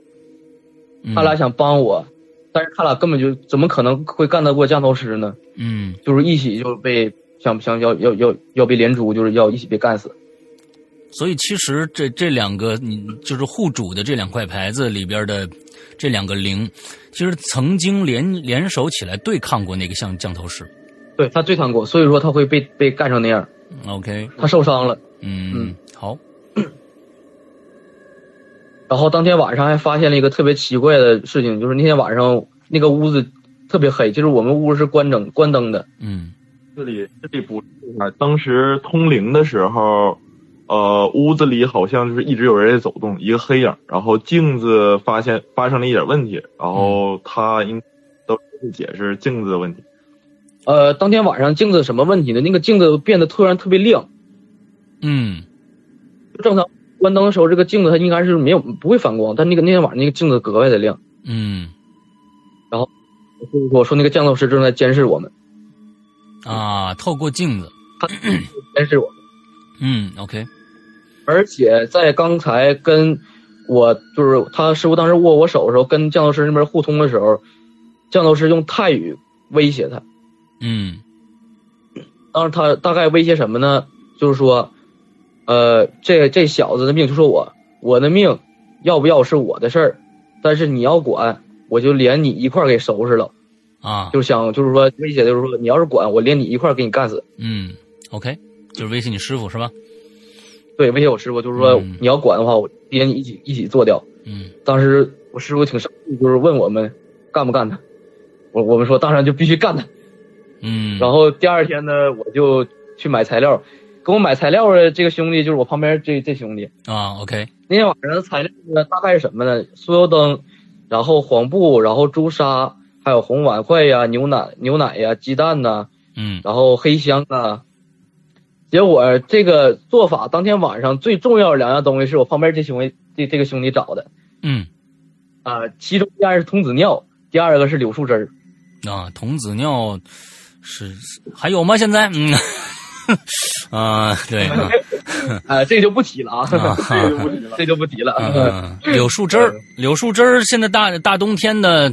嗯他俩想帮我，但是他俩根本就怎么可能会干得过降头师呢？嗯就是一起就被想想要要要要被连诛，就是要一起被干死。所以其实这这两个，你就是户主的这两块牌子里边的这两个零，其实曾经联联手起来对抗过那个降降头师。对他对抗过，所以说他会被被干成那样， OK，他受伤了。嗯，嗯好，然后当天晚上还发现了一个特别奇怪的事情，就是那天晚上那个屋子特别黑，就是我们屋是关灯关灯的。嗯这里这里不是啊，当时通灵的时候，呃，屋子里好像就是一直有人在走动，一个黑影，然后镜子发现发生了一点问题，然嗯后他应都是解释镜子的问题，呃，当天晚上镜子什么问题呢？那个镜子变得突然特别亮，嗯正常关灯的时候，这个镜子它应该是没有不会反光，但那个那天晚上那个镜子格外的亮。嗯所以说我说那个降头师正在监视我们，啊，透过镜子，监视我们，嗯，OK，而且在刚才跟我就是他师傅当时握我手的时候，跟降头师那边互通的时候，降头师用泰语威胁他。嗯当时他大概威胁什么呢？就是说，呃，这这小子的命就是我，我的命要不要是我的事儿，但是你要管，我就连你一块儿给收拾了。啊，就想就是说威胁，就是说你要是管，我连你一块儿给你干死。嗯，OK，就是威胁你师傅是吧？对，威胁我师傅，就是说、嗯你要管的话，我连你一起一起做掉。嗯当时我师傅挺生气，就是问我们干不干他。我我们说当然就必须干他。嗯，然后第二天呢，我就去买材料，给我买材料的这个兄弟就是我旁边这这兄弟。啊，OK，那天晚上的材料呢，大概是什么呢？酥油灯，然后黄布，然后朱砂，还有红碗筷呀、牛奶、牛奶呀、鸡蛋呐、嗯然后黑香啊。结果这个做法，当天晚上最重要的两样东西是我旁边这兄弟这这个兄弟找的嗯啊、其中一样是童子尿，第二个是柳树枝儿。啊，童子尿是还有吗？现在嗯。啊，对，啊啊、这个就不提了啊，啊这个就不提了。这就不提了。啊嗯，嗯柳树枝儿，柳树枝儿，现在大大冬天的，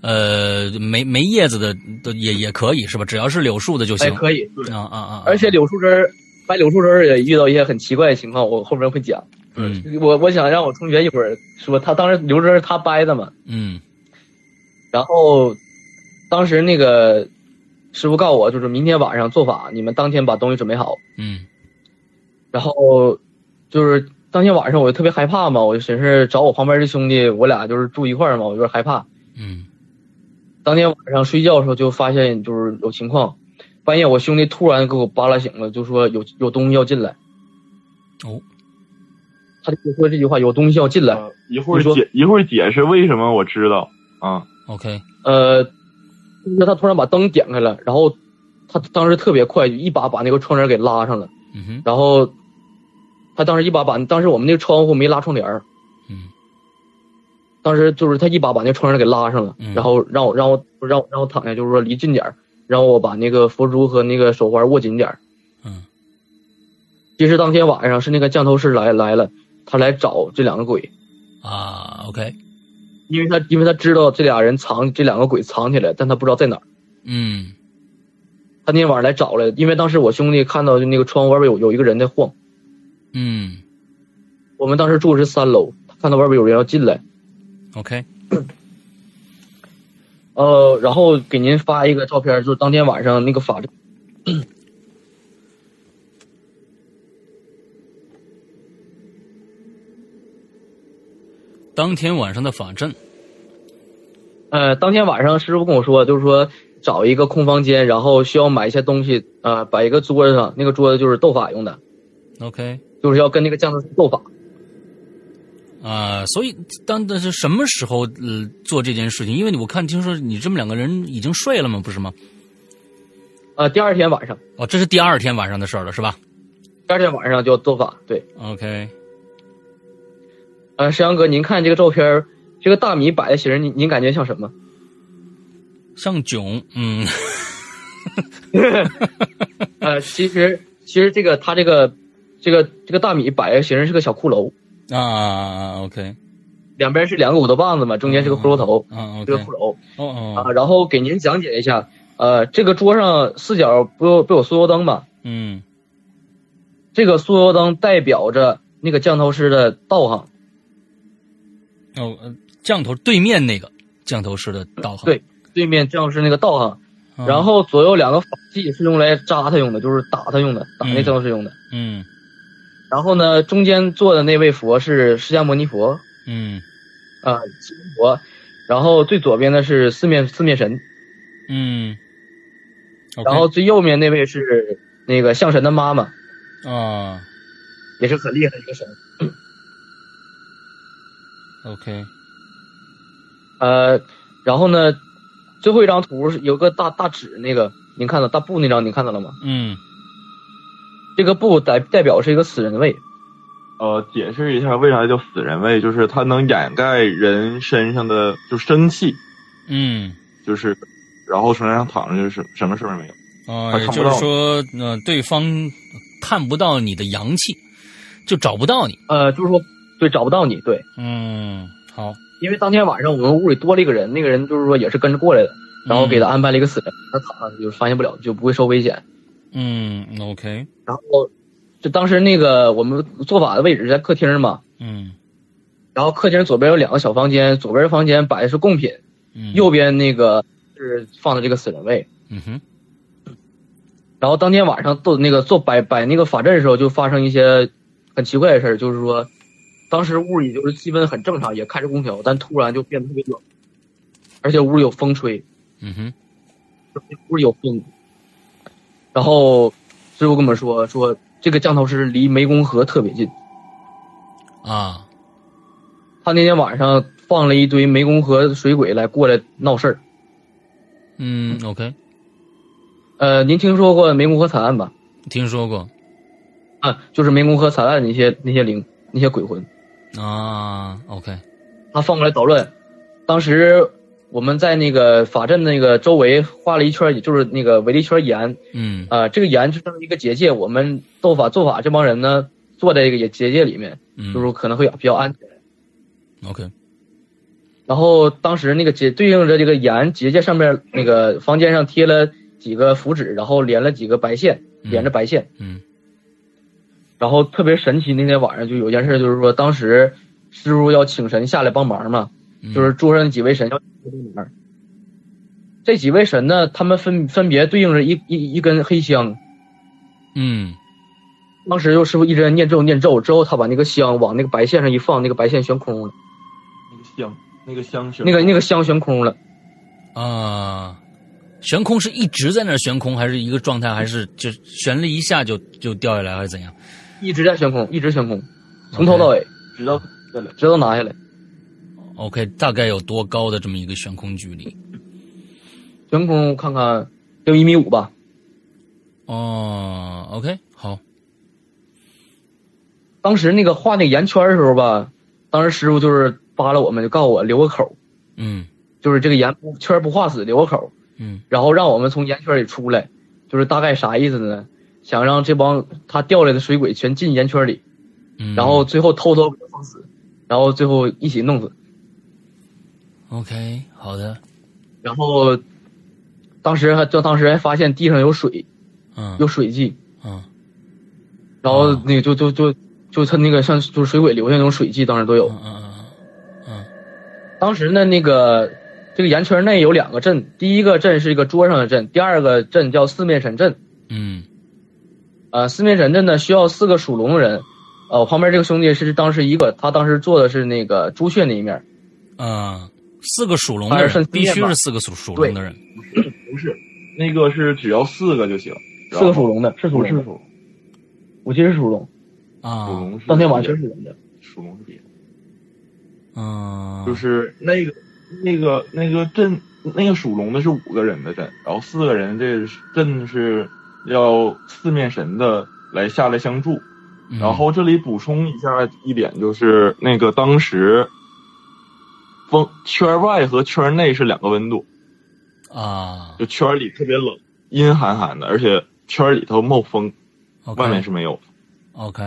呃，没没叶子的都也也可以是吧？只要是柳树的就哎，行。可以。啊啊啊！而且柳树枝儿，买柳树枝儿也遇到一些很奇怪的情况，我后面会讲。嗯我我想让我同学一会儿说，他当时柳树枝儿他掰的嘛，嗯然后当时那个师傅告我，就是明天晚上做法，你们当天把东西准备好。嗯然后就是当天晚上我就特别害怕嘛，我就寻思找我旁边这兄弟，我俩就是住一块儿嘛，我有点害怕。嗯当天晚上睡觉的时候就发现就是有情况，半夜我兄弟突然给我扒拉醒了，就说有有东西要进来。哦，他就说这句话，有东西要进来。呃一会儿你说解一会儿解释为什么我知道啊， ，OK，呃，就是他突然把灯点开了，然后他当时特别快，就一把把那个窗帘给拉上了。嗯哼，然后他当时一把把当时我们那个窗户没拉窗帘儿，嗯，当时就是他一把把那窗帘给拉上了，嗯然后让我让我让我让我躺下，就是说离近点儿，让我把那个佛珠和那个手环握紧点儿。嗯其实当天晚上是那个降头师来来了，他来找这两个鬼，啊，OK，因为他因为他知道这俩人藏这两个鬼藏起来，但他不知道在哪儿。嗯他那天晚上来找来，因为当时我兄弟看到就那个窗户外边有有一个人在晃，嗯我们当时住的是三楼，他看到外边有人要进来， ，OK，呃，然后给您发一个照片，就是当天晚上那个法阵。当天晚上的法阵，呃，当天晚上师傅跟我说，就是说找一个空房间，然后需要买一些东西，呃，摆一个桌子上，那个桌子就是斗法用的， OK，就是要跟那个降头师斗法。啊、所以当但是什么时候呃做这件事情？因为我看听说你这么两个人已经睡了吗？不是吗？呃，第二天晚上，哦，这是第二天晚上的事儿了，是吧第二天晚上就要斗法。对， ？OK，呃，石阳哥，您看这个照片儿，这个大米摆的形儿，您您感觉像什么？ 像囧，嗯呃，其实其实这个他这个这个这个大米摆的形儿是个小骷髅，啊，OK，两边是两个骨头棒子嘛，中间是个骷髅头，啊是个，OK，骷髅。哦哦，啊，然后给您讲解一下，呃，这个桌上四角不有不有酥油灯吗？嗯这个酥油灯代表着那个降头师的道行，哦，呃降头对面那个降头师的道行，对对面降头师那个道行，嗯，然后左右两个法器是用来扎他用的，就是打他用的，打那嗯降头师用的。嗯然后呢，中间坐的那位佛是释迦牟尼佛，嗯啊、释迦佛，然后最左边的是四面四面神，嗯，OK，然后最右面那位是那个象神的妈妈，啊也是很厉害的一个神。 ，OK，呃，然后呢，最后一张图是有个大大纸，那个您看到大布那张，您看到了吗？嗯这个布代代表是一个死人位，呃，解释一下为啥叫死人位，就是它能掩盖人身上的就生气，嗯。就是，然后身上躺着就是什么事儿没有。哦，他也看就不是到说，呃，对方看不到你的阳气，就找不到你。呃，就是说对找不到你，对，嗯，好，因为当天晚上我们屋里多了一个人，那个人就是说也是跟着过来的，然后给他安排了一个死人，他躺上去就发现不了，就不会受危险。嗯，OK，然后就当时那个我们做法的位置在客厅嘛，嗯然后客厅左边有两个小房间，左边房间摆的是贡品，嗯，右边那个是放的这个死人位。嗯哼，然后当天晚上呃做那个做摆摆那个法阵的时候，就发生一些很奇怪的事儿，就是说，当时屋里就是气温很正常，也开着空调，但突然就变得特别冷，而且屋里有风吹，嗯哼，屋里有风。然后呃师傅跟我们说说，这个降头师离湄公河特别近，啊，他那天晚上放了一堆湄公河水鬼来过来闹事儿。嗯，OK，呃，您听说过湄公河惨案吧？听说过啊，就是湄公河惨案那些那些灵那些鬼魂。啊，OK，他放过来捣乱。当时我们在那个法阵那个周围画了一圈，也就是那个围了一圈盐嗯啊、这个盐就当一个结界。我们斗法做法这帮人呢，坐在这个也结界里面，嗯，就是可能会比较安全。 OK，然后当时那个结对应着这个盐结界上面那个房间上贴了几个符纸，然后连了几个白线，嗯连着白线。嗯然后特别神奇，那天晚上就有件事，就是说当时师傅要请神下来帮忙嘛，嗯就是桌上几位神要这几位神呢，他们分分别对应着一一一根黑香。嗯当时就师傅一直在念咒念咒，之后他把那个香往那个白线上一放，那个白线悬空了，那个香，那个香是那个那个香悬空了，啊。悬空是一直在那儿悬空，还是一个状态，还是就悬了一下就就掉下来，还是怎样？一直在悬空，一直悬空，从头到尾，知道对了，直到拿下来， OK，大概有多高的这么一个悬空距离？悬空看看有一米五吧。哦，OK，好，当时那个画那个圆圈儿的时候吧，当时师傅就是扒拉我们，就告诉我留个口儿，嗯就是这个圆圈儿不画死，留个口儿，嗯然后让我们从圆圈里出来，就是大概啥意思呢？想让这帮他调来的水鬼全进圆圈里，嗯，然后最后偷偷给他放死，然后最后一起弄死。 OK，好的，然后当时还就当时还发现地上有水，嗯有水迹，嗯然后那个就就就就他那个像就是水鬼留下那种水迹，当时都有。嗯嗯嗯当时呢，那个这个圆圈内有两个阵，第一个阵是一个桌上的阵，第二个阵叫四面神阵。嗯呃，四面神阵呢需要四个属龙的人。呃，我旁边这个兄弟是当时一个，他当时做的是那个朱雀那一面，嗯嗯，四个属龙的反正人剩必须四面吧是四个属属龙的人，不是，那个是只要四个就行。四个属龙的，是属不龙是的，属我记得是属龙。啊，属龙是当天晚上是别属龙的，属龙是别的，嗯，就是那个那个那个阵，那个属龙的是五个人的阵，然后四个人这阵是要四面神的来下来相助。嗯然后这里补充一下一点，就是那个当时风圈外和圈内是两个温度，啊就圈里特别冷，阴寒寒的，而且圈里头冒风， ，OK，外面是没有。 OK，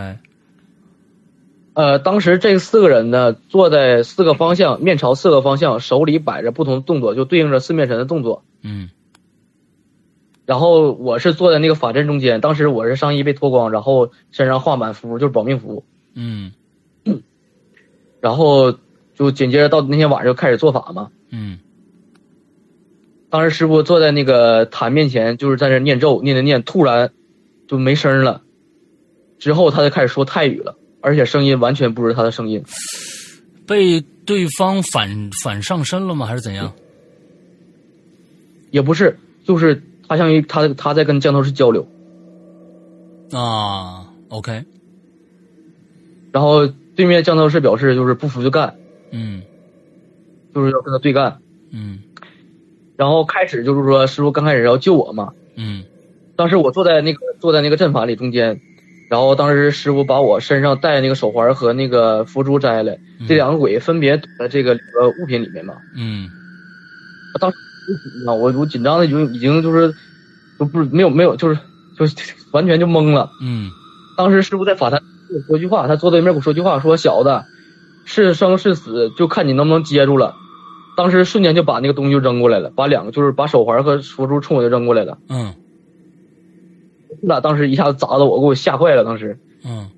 呃，当时这四个人呢，坐在四个方向，面朝四个方向，手里摆着不同动作，就对应着四面神的动作。嗯然后我是坐在那个法阵中间，当时我是上衣被脱光，然后身上画满符，就是保命符。嗯然后就紧接着到那天晚上就开始做法嘛。嗯当时师傅坐在那个坛面前，就是在那念咒，念着念，突然就没声儿了。之后他就开始说泰语了，而且声音完全不是他的声音。被对方反反上身了吗？还是怎样？也不是，就是他相当于他他在跟降头师交流，啊，OK，然后对面降头师表示就是不服就干，嗯就是要跟他对干。嗯然后开始就是说师傅刚开始要救我嘛，嗯当时我坐在那个坐在那个阵法里中间，然后当时师傅把我身上戴的那个手环和那个佛珠摘了，这两个鬼分别躲在这个两个物品里面嘛。嗯当时啊，我我紧张的已经已经就是就不没有没有就是就是完全就懵了。嗯当时师傅在法坛跟我说句话，他坐对面给我说句话，说小子，是生是死就看你能不能接住了。当时瞬间就把那个东西就扔过来了，把两个就是把手环和佛珠冲我就扔过来了，嗯那当时一下子砸的我，给我吓坏了。当时嗯，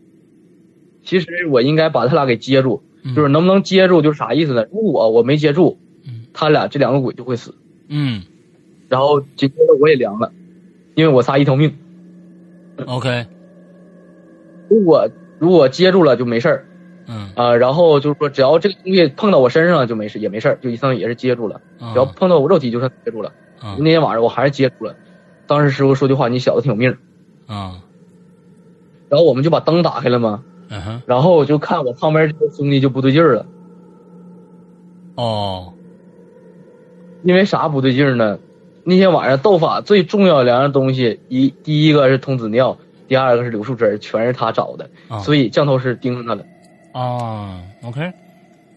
其实我应该把他俩给接住，嗯就是能不能接住就是啥意思呢？如果我没接住嗯，他俩这两个鬼就会死。嗯然后紧接着我也凉了，因为我仨一条命。 ，OK，如果如果接住了就没事儿嗯啊、呃然后就是说只要这个东西碰到我身上就没事，也没事儿，就相当于也是接住了。啊只要碰到我肉体就算接住了。啊那天晚上我还是接住了。当时师傅说句话，你小子挺有命儿。啊然后我们就把灯打开了嘛，嗯哼然后我就看我旁边这个兄弟就不对劲儿了，哦因为啥不对劲儿呢？那天晚上斗法最重要的两样东西，一第一个是童子尿，第二个是柳树枝儿，全是他找的，啊所以降头师盯上他了。啊，OK，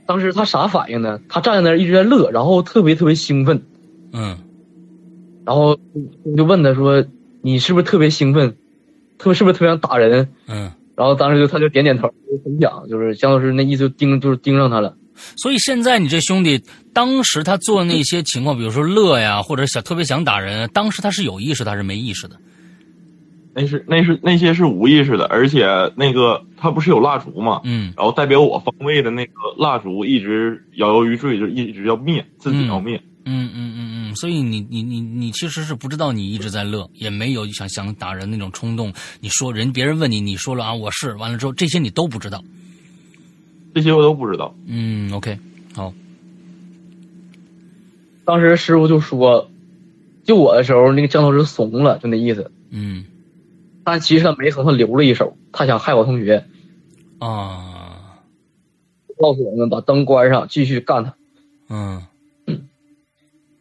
当时他啥反应呢？他站在那儿一直在乐，然后特别特别兴奋，嗯然后我就问他说：“你是不是特别兴奋？特别是不是特别想打人？”嗯，然后当时就他就点点头，就很想，就是姜老师那意思就盯就是盯上他了。所以现在你这兄弟当时他做那些情况，比如说乐呀，或者想特别想打人，当时他是有意识的还是没意识的？那是那是那些是无意识的，而且那个他不是有蜡烛嘛，嗯然后代表我方位的那个蜡烛一直摇摇欲坠，就一直要灭，自己要灭。嗯嗯嗯嗯，所以你你你你其实是不知道你一直在乐，也没有想想打人那种冲动。你说人别人问你，你说了啊我是，完了之后这些你都不知道。这些我都不知道。嗯，OK，好，当时师傅就说，救我的时候，那个姜老师怂了，就那意思。嗯但其实他没怂，他留了一手，他想害我同学，啊，告诉我们把灯关上，继续干他。嗯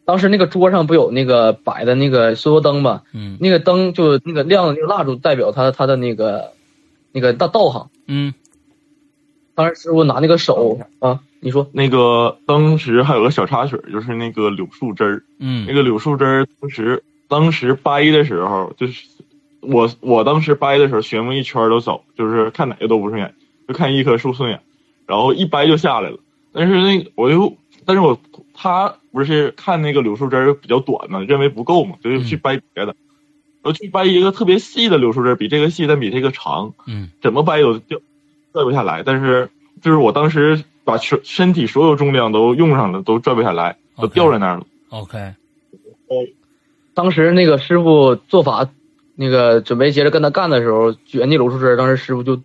当时那个桌上不有那个摆的那个酥油灯嘛，嗯那个灯就那个亮的那个蜡烛代表他他的那个那个大道行。嗯当时师傅拿那个手啊，你说那个当时还有个小插曲儿，就是那个柳树枝儿，嗯那个柳树枝儿当时当时掰的时候，就是我我当时掰的时候，旋风一圈儿都走，就是看哪个都不顺眼，就看一棵树顺眼，然后一掰就下来了。但是那我就，但是我他不是看那个柳树枝儿比较短嘛，认为不够嘛，就是去掰别的，我去掰一个特别细的柳树枝儿，比这个细但比这个长，嗯怎么掰都掉拽不下来。但是就是我当时把全身体所有重量都用上了，都拽不下来，都 OK 掉在那儿了。 ，OK，当时那个师傅做法，那个准备接着跟他干的时候，卷那柳树枝儿，当时师傅就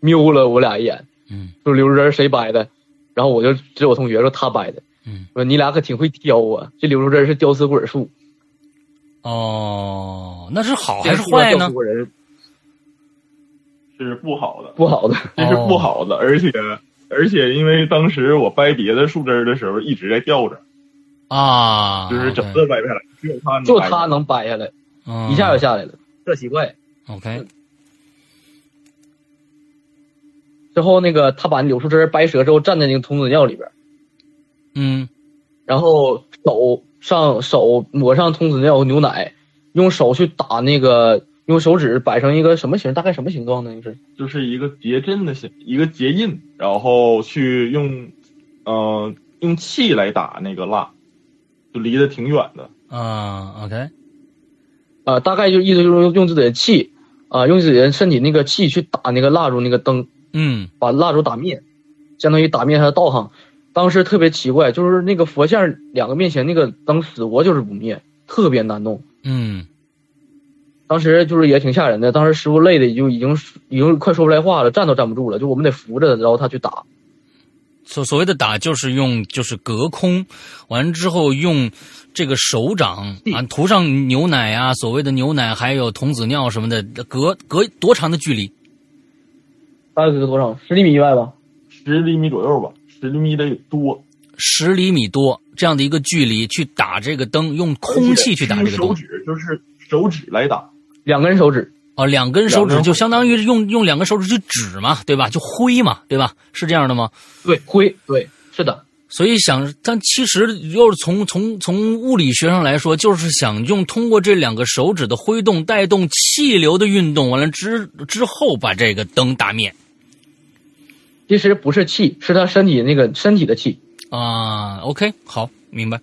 瞄了我俩一眼，嗯说柳树枝儿谁掰的？然后我就指我同学说他掰的，嗯，说你俩可挺会挑啊，这柳树枝儿是吊死鬼树，哦，那是好还是坏吊呢死？鬼人是不好哦的，不好的，这是不好的，而且而且因为当时我掰别的树枝儿的时候一直在掉着，啊，就是整个掰不下来，只有它能就掰他下来能掰下来， OK 一下就下来了，这奇怪。嗯 OK，之后那个他把那柳树枝儿掰折之后，站在那个童子尿里边儿，嗯然后手上手抹上童子尿和牛奶，用手去打那个，用手指摆成一个什么形，大概什么形状呢？就是就是一个结阵的形，一个结印，然后去用，呃，用气来打那个蜡，就离得挺远的。啊 OK，呃，大概就意思就是用用自己的气，啊、用自己的身体那个气去打那个蜡烛那个灯，嗯把蜡烛打灭，相当于打灭他的道行。当时特别奇怪，就是那个佛像两个面前那个灯死活就是不灭，特别难弄。嗯当时就是也挺吓人的，当时师傅累的就已经已经快说不来话了，站都站不住了，就我们得扶着，然后他去打。所所谓的打就是用就是隔空，完之后用这个手掌啊涂上牛奶啊，所谓的牛奶还有童子尿什么的，隔隔多长的距离？大概有多少？十厘米以外吧。十厘米左右吧，十厘米得多。十厘米多这样的一个距离去打这个灯，用空气去打这个用手灯指就是手指来打，两根手指，哦，两根手指两根就相当于用用两根手指去指嘛，对吧？就挥嘛，对吧？是这样的吗？对，挥，对，是的，所以想，但其实又是从从从物理学上来说，就是想用通过这两个手指的挥动带动气流的运动，完了之之后把这个灯打灭其实不是气，是他身体那个身体的气，啊。OK，好，明白。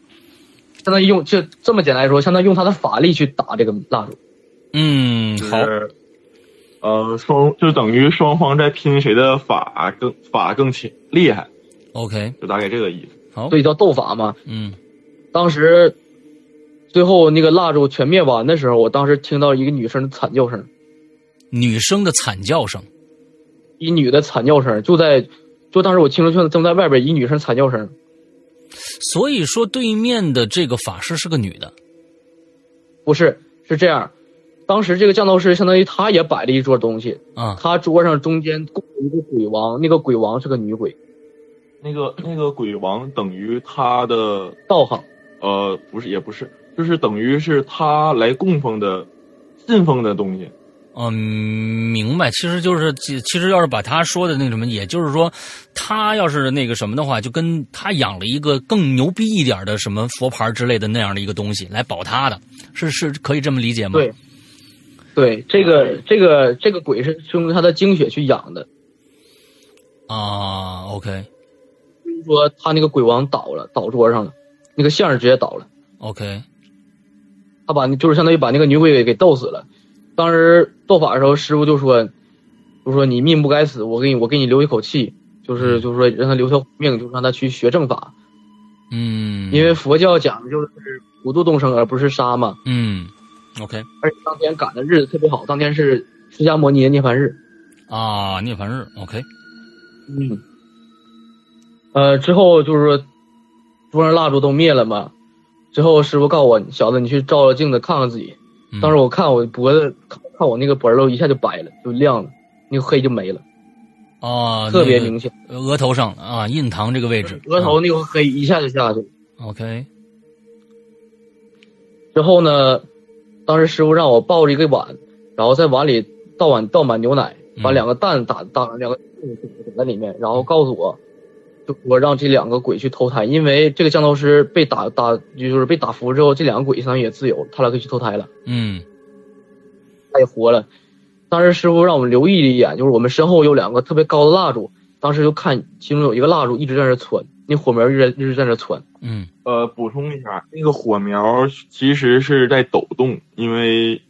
相当于用就这么简单来说，相当于用他的法力去打这个蜡烛。嗯，就好，是呃双就等于双方在拼谁的法更法更强厉害， ，OK，就大概这个意思。好，所以叫斗法嘛。嗯当时最后那个蜡烛全灭完的时候，我当时听到一个女生的惨叫声，女生的惨叫声，一女的惨叫声，就在就当时我听着正正在外边，一女生惨叫声，所以说对面的这个法师是个女的，不是是这样。当时这个降头师相当于他也摆了一桌东西，啊，他桌上中间供了一个鬼王，那个鬼王是个女鬼，那个那个鬼王等于他的道行。呃不是也不是，就是等于是他来供奉的信奉的东西，嗯，明白。其实就是，其其实要是把他说的那什么，也就是说，他要是那个什么的话，就跟他养了一个更牛逼一点的什么佛牌之类的那样的一个东西来保他的，是是可以这么理解吗？对，对，这个这个这个鬼是是用他的精血去养的，啊，OK 就是说他那个鬼王倒了，倒桌上了，那个像是直接倒了， OK，他把就是相当于把那个女鬼给给斗死了。当时斗法的时候，师傅就说，就说你命不该死，我给你我给你留一口气，就是就是说让他留条命，就是让他去学正法，嗯，因为佛教讲的就是普度众生而不是杀嘛。嗯，OK 而且当天赶的日子特别好，当天是释迦摩尼的涅槃日。啊，涅槃日 OK，嗯，呃，之后就是说，桌上蜡烛都灭了嘛。之后师傅告诉我，小子，你去照照镜子看看自己。嗯当时我看我脖子，看看我那个脖儿都一下就白了，就亮了，那个黑就没了，啊，特别那个明显。额头上啊，印堂这个位置，额头那个黑一下就下去了。嗯 OK，之后呢，当时师傅让我抱着一个碗，然后在碗里倒碗倒满牛奶，把嗯两个蛋打打两个。醒在里面，然后告诉我，就说让这两个鬼去投胎，因为这个降头师被打打就是被打服之后，这两个鬼相当于也自由，他俩可以去投胎了，嗯他也活了。当时师傅让我们留意了一眼，就是我们身后有两个特别高的蜡烛，当时就看其中有一个蜡烛一直在那窜，那火苗一直在一直在那窜。嗯呃，补充一下，那个火苗其实是在抖动，因为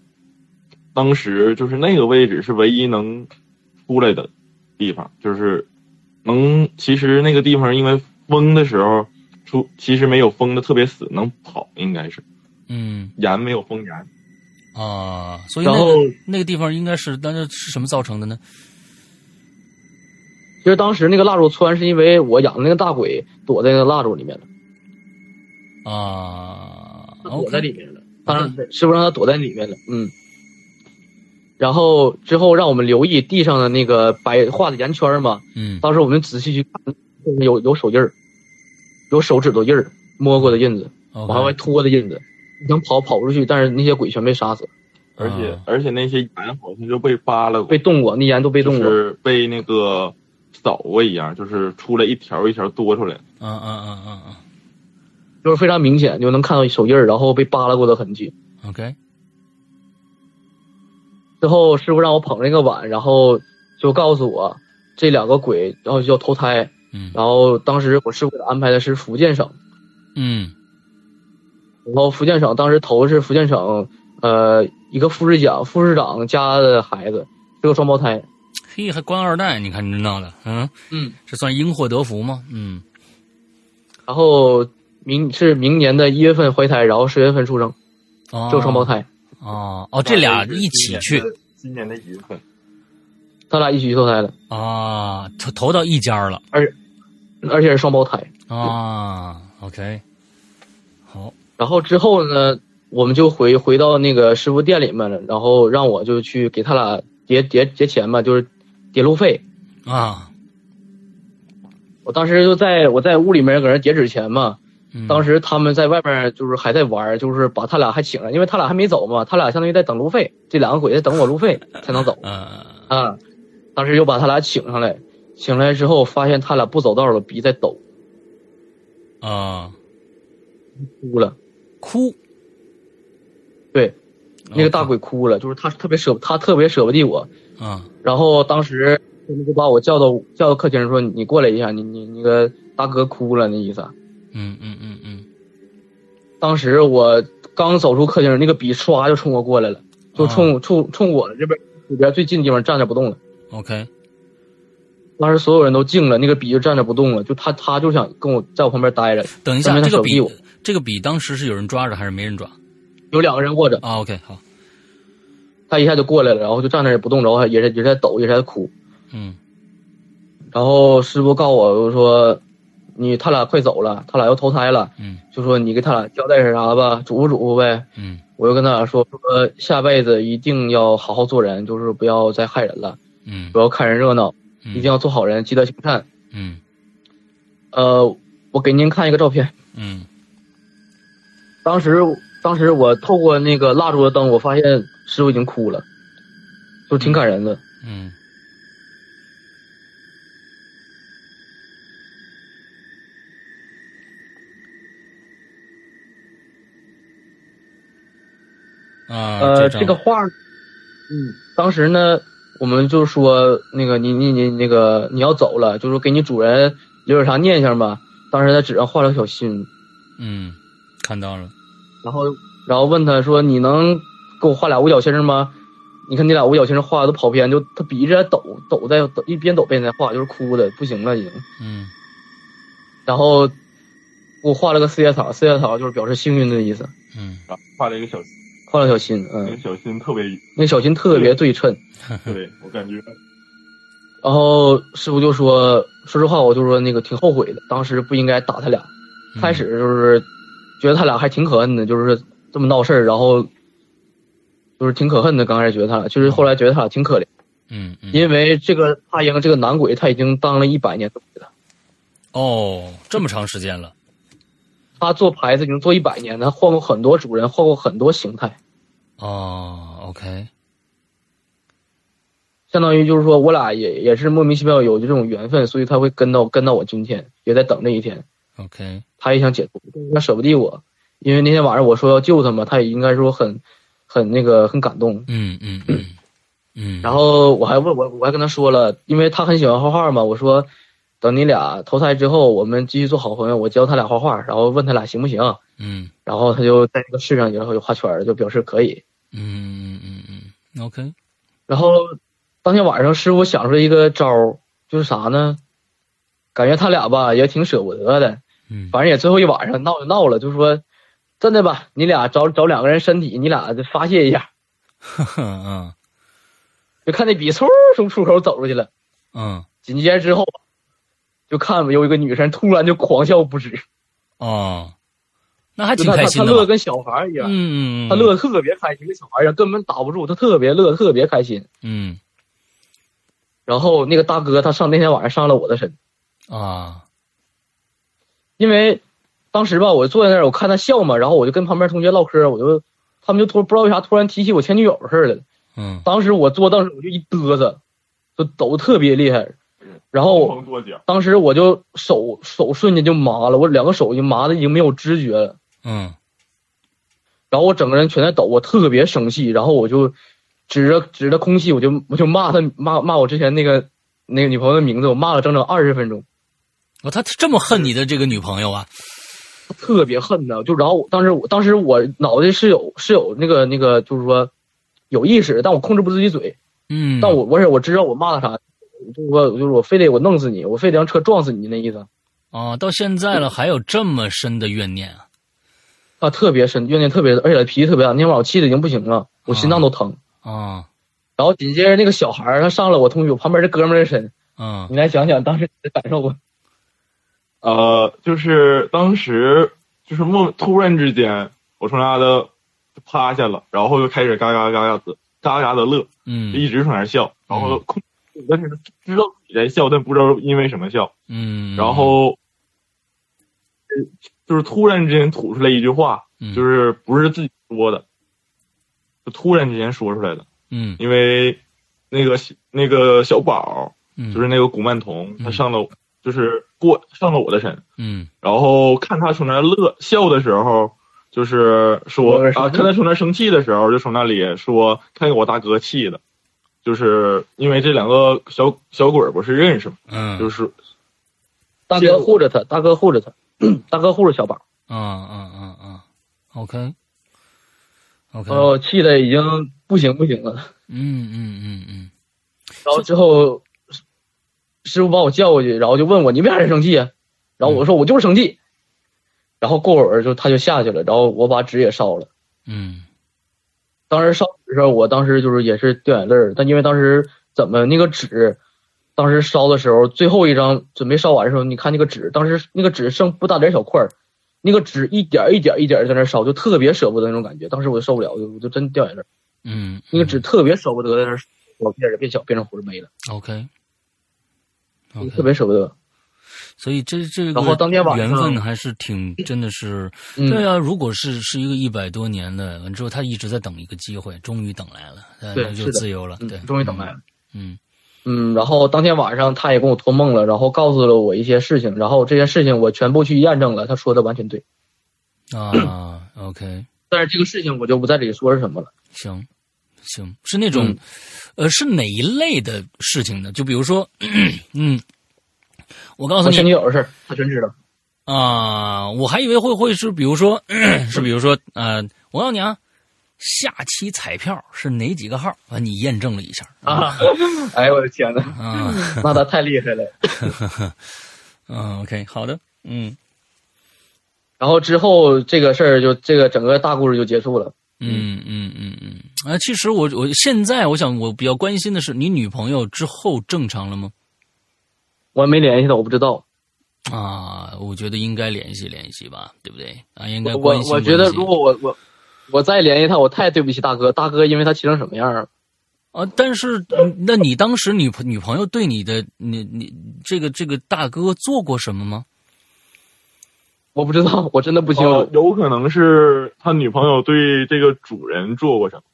当时就是那个位置是唯一能出来的地方，就是能。其实那个地方因为风的时候出，其实没有封的特别死，能跑应该是嗯严没有封严。啊，所以那然个后那个地方应该是，那是什么造成的呢？其实当时那个蜡烛窜是因为我养的那个大鬼躲在那个蜡烛里面了，啊躲在，OK，里面了。当然，师傅让他躲在里面了。嗯。然后之后让我们留意地上的那个白画的圆圈嘛，嗯当时我们仔细去看，有有手印儿，有手指头印儿，摸过的印子，往外，OK，拖的印子。想跑跑不出去，但是那些鬼全被杀死，而且、啊而且那些盐好像就被扒拉过，被动过，那盐都被动就过。是被那个扫过一样，就是出来一条一条多出来。嗯嗯嗯嗯嗯就是非常明显，就能看到手印儿，然后被扒拉过的痕迹。嗯，OK，最后师傅让我捧着一个碗，然后就告诉我这两个鬼，然后就要投胎。嗯然后当时我师傅给他安排的是福建省，嗯然后福建省当时投的是福建省，呃，一个副市长副市长家的孩子，是个双胞胎。嘿，还官二代，你看你这闹的，嗯，嗯，这算因祸得福吗？嗯然后明是明年的一月份怀胎，然后十月份出生，哦，这个双胞胎，哦哦，这俩一起去今年的一月份。他俩一起去投胎的，啊，投投到一家了而且是双胞胎。啊，OK，好，然后之后呢，我们就回回到那个师傅店里面了，然后让我就去给他俩叠叠叠钱嘛，就是叠路费。啊，我当时就在我在屋里面搁那叠纸钱嘛，嗯当时他们在外面就是还在玩，就是把他俩还请了，因为他俩还没走嘛，他俩相当于在等路费，这两个鬼在等我路费才能走呃啊。当时又把他俩请上来，请来之后发现他俩不走道了，鼻在抖，啊，哭了。哭，对，那个大鬼哭了，就是他特别舍他特别舍不得我，啊然后当时他们就把我叫到叫到客厅说：“你过来一下，你你你个大哥哭了那意思。嗯嗯嗯嗯，”当时我刚走出客厅，那个笔唰就冲我过来了，就冲、冲冲我这边里边最近的地方站着不动了。 ，OK，当时所有人都静了，那个笔就站着不动了，就他他就想跟我在我旁边待着，等一上下，面这个他手笔臂我，这个笔当时是有人抓着还是没人抓？有两个人握着，啊，OK，好，他一下就过来了，然后就站那也不动，然后还也是也是在抖，也是在哭。嗯然后师傅告我，我说：“你他俩快走了，他俩要投胎了，嗯就说你给他俩交代点啥吧，嘱咐嘱咐呗。”嗯我就跟他俩说说下辈子一定要好好做人，就是不要再害人了，嗯不要看人热闹，一定嗯要做好人，积德行善。嗯呃，我给您看一个照片，嗯当时当时我透过那个蜡烛的灯，我发现师傅已经哭了，就挺感人的。嗯，啊，呃，张这个画，嗯，当时呢，我们就说那个你你你那个你要走了，就说给你主人留点啥念想吧。当时在纸上画了个小心，嗯，看到了，然后然后问他说：“你能给我画俩五角星吗？”你看你俩五角星画的都跑偏，就他鼻子抖抖在抖，一边抖边在画，就是哭的不行了已经。嗯然后给我画了个四叶草，四叶草就是表示幸运的意思，嗯啊画了一个小心，画了小心，那个嗯，小心 特别那小心特别对称。对我感觉然后师傅就说：“说实话，我就说那个挺后悔的，当时不应该打他俩。嗯开始就是觉得他俩还挺可恨的，就是这么闹事儿，然后就是挺可恨的。刚开始觉得他俩，就是后来觉得他俩挺可怜。”嗯嗯，因为这个大英这个男鬼他已经当了一百年的鬼了，哦，这么长时间了，他做牌子已经做一百年了，他换过很多主人，换过很多形态，哦，OK，相当于就是说我俩也也是莫名其妙有这种缘分，所以他会跟到跟到我今天，也在等这一天。 OK，他也想解脱，他舍不得我，因为那天晚上我说要救他嘛，他也应该说很很那个很感动。嗯嗯嗯嗯，然后我还问我我还跟他说了，因为他很喜欢画画嘛，我说等你俩投胎之后，我们继续做好朋友，我教他俩画画，然后问他俩行不行。嗯然后他就在这个世上，然后就画圈了，就表示可以。嗯嗯嗯嗯，OK，然后当天晚上，师傅想出来一个招儿，就是啥呢？感觉他俩吧也挺舍不得的，嗯反正也最后一晚上闹就闹了，就说真的吧，你俩找找两个人身体，你俩就发泄一下。 嗯就看那笔嗖从出口走出去了，嗯紧接着之后，啊就看有一个女生突然就狂笑不止，哦，那还就挺他开他心他的乐得嘛，跟小孩儿一样，嗯嗯，他乐得特别开心，跟小孩儿一样，根本打不住，他特别乐得特别开心。嗯然后那个大哥他上那天晚上上了我的身，啊因为当时吧，我坐在那儿，我看他笑嘛，然后我就跟旁边同学唠嗑，我就他们就突不知道为啥突然提起我前女友的事儿来了。嗯当时我坐，当时我就一嘚瑟，就抖特别厉害，然疯后狂跺脚，当时我就手手瞬间就麻了，我两个手就麻的已经没有知觉了，嗯然后我整个人全在抖，我特别生气，然后我就指着指着空气，我就我就骂他骂骂我之前那个那个女朋友的名字，我骂了整整二十分钟。哦，他这么恨你的这个女朋友啊？特别恨的，就然后我当时我当时我脑袋是有是有那个那个就是说有意识，但我控制不住自己嘴，嗯，但我我是我知道我骂了啥，就是说就是我非得我弄死你，我非得让车撞死你那意思哦，到现在了还有这么深的怨念啊？啊，特别深，怨念特别，而且脾气特别大。那天晚上我气的已经不行了，我心脏都疼。啊然后紧接着那个小孩儿他上了我同学我旁边这哥们儿的身，嗯你来想想当时你的感受吧。呃，就是当时就是莫突然之间，我从那的趴下了，然后就开始嘎嘎嘎嘎的嘎嘎的乐，就嗯一直从那儿笑，然后控，但是知道自己在笑，但不知道因为什么笑，嗯，然后，呃就是突然之间吐出来一句话，嗯就是不是自己说的，就突然之间说出来的，嗯因为那个小那个小宝，嗯就是那个古曼童，嗯他上了就是过上了我的身，嗯然后看他从那乐笑的时候，就是说我是啊，看他从那生气的时候，就从那里说看给我大哥气的，就是因为这两个小小鬼儿不是认识吗？嗯，就是是大谢谢哥护着他，大哥护着他，大哥护着小宝，嗯嗯嗯嗯，OK OK，然后气的已经不行不行了。嗯嗯嗯嗯然后之后，师傅把我叫过去，然后就问我你为啥生气啊？然后我嗯说我就是生气。然后过会儿就他就下去了，然后我把纸也烧了。嗯当时烧纸的时候，我当时就是也是掉眼泪儿，但因为当时怎么那个纸，当时烧的时候最后一张准备烧完的时候，你看那个纸，当时那个纸剩不大点儿小块儿，那个纸一点儿一点儿一点儿在那儿烧，就特别舍不得那种感觉。当时我就受不了，我就我就真掉眼泪儿，嗯，那个纸特别舍不得在那儿烧，我变着变小变成灰儿没了， OK。特别舍不得。所以这这个然后当天晚上缘分还是挺真的是，嗯对啊，如果是是一个一百多年的，完之后他一直在等一个机会，终于等来了，呃对那是就的自由了，嗯对，终于等来了。嗯，嗯，然后当天晚上他也跟我托梦了，然后告诉了我一些事情，然后这些事情我全部去验证了，他说的完全对。嗯 啊，OK，但是这个事情我就不在这里说是什么了。行，行，是那种，嗯呃，是哪一类的事情呢？就比如说， 嗯，我告诉我前女你友的事儿，他全知道。啊、我还以为会会是，比如说， 是比如说，呃，我告诉你啊，下期彩票是哪几个号啊？你验证了一下啊！ 哎呦我的天哪，啊， 那他太厉害了。嗯，OK，好的，嗯然后之后这个事儿就这个整个大故事就结束了。嗯嗯嗯嗯，啊，其实我我现在我想我比较关心的是，你女朋友之后正常了吗？我没联系他，我不知道。啊，我觉得应该联系联系吧，对不对？啊，应该我关我心我觉得关心如果我我我再联系他，我太对不起大哥。大哥因为他气成什么样儿，啊，但是嗯那你当时女朋女朋友对你的你你这个这个大哥做过什么吗？我不知道， 我真的不清呃楚。有可能是他女朋友对这个主人做过什么。嗯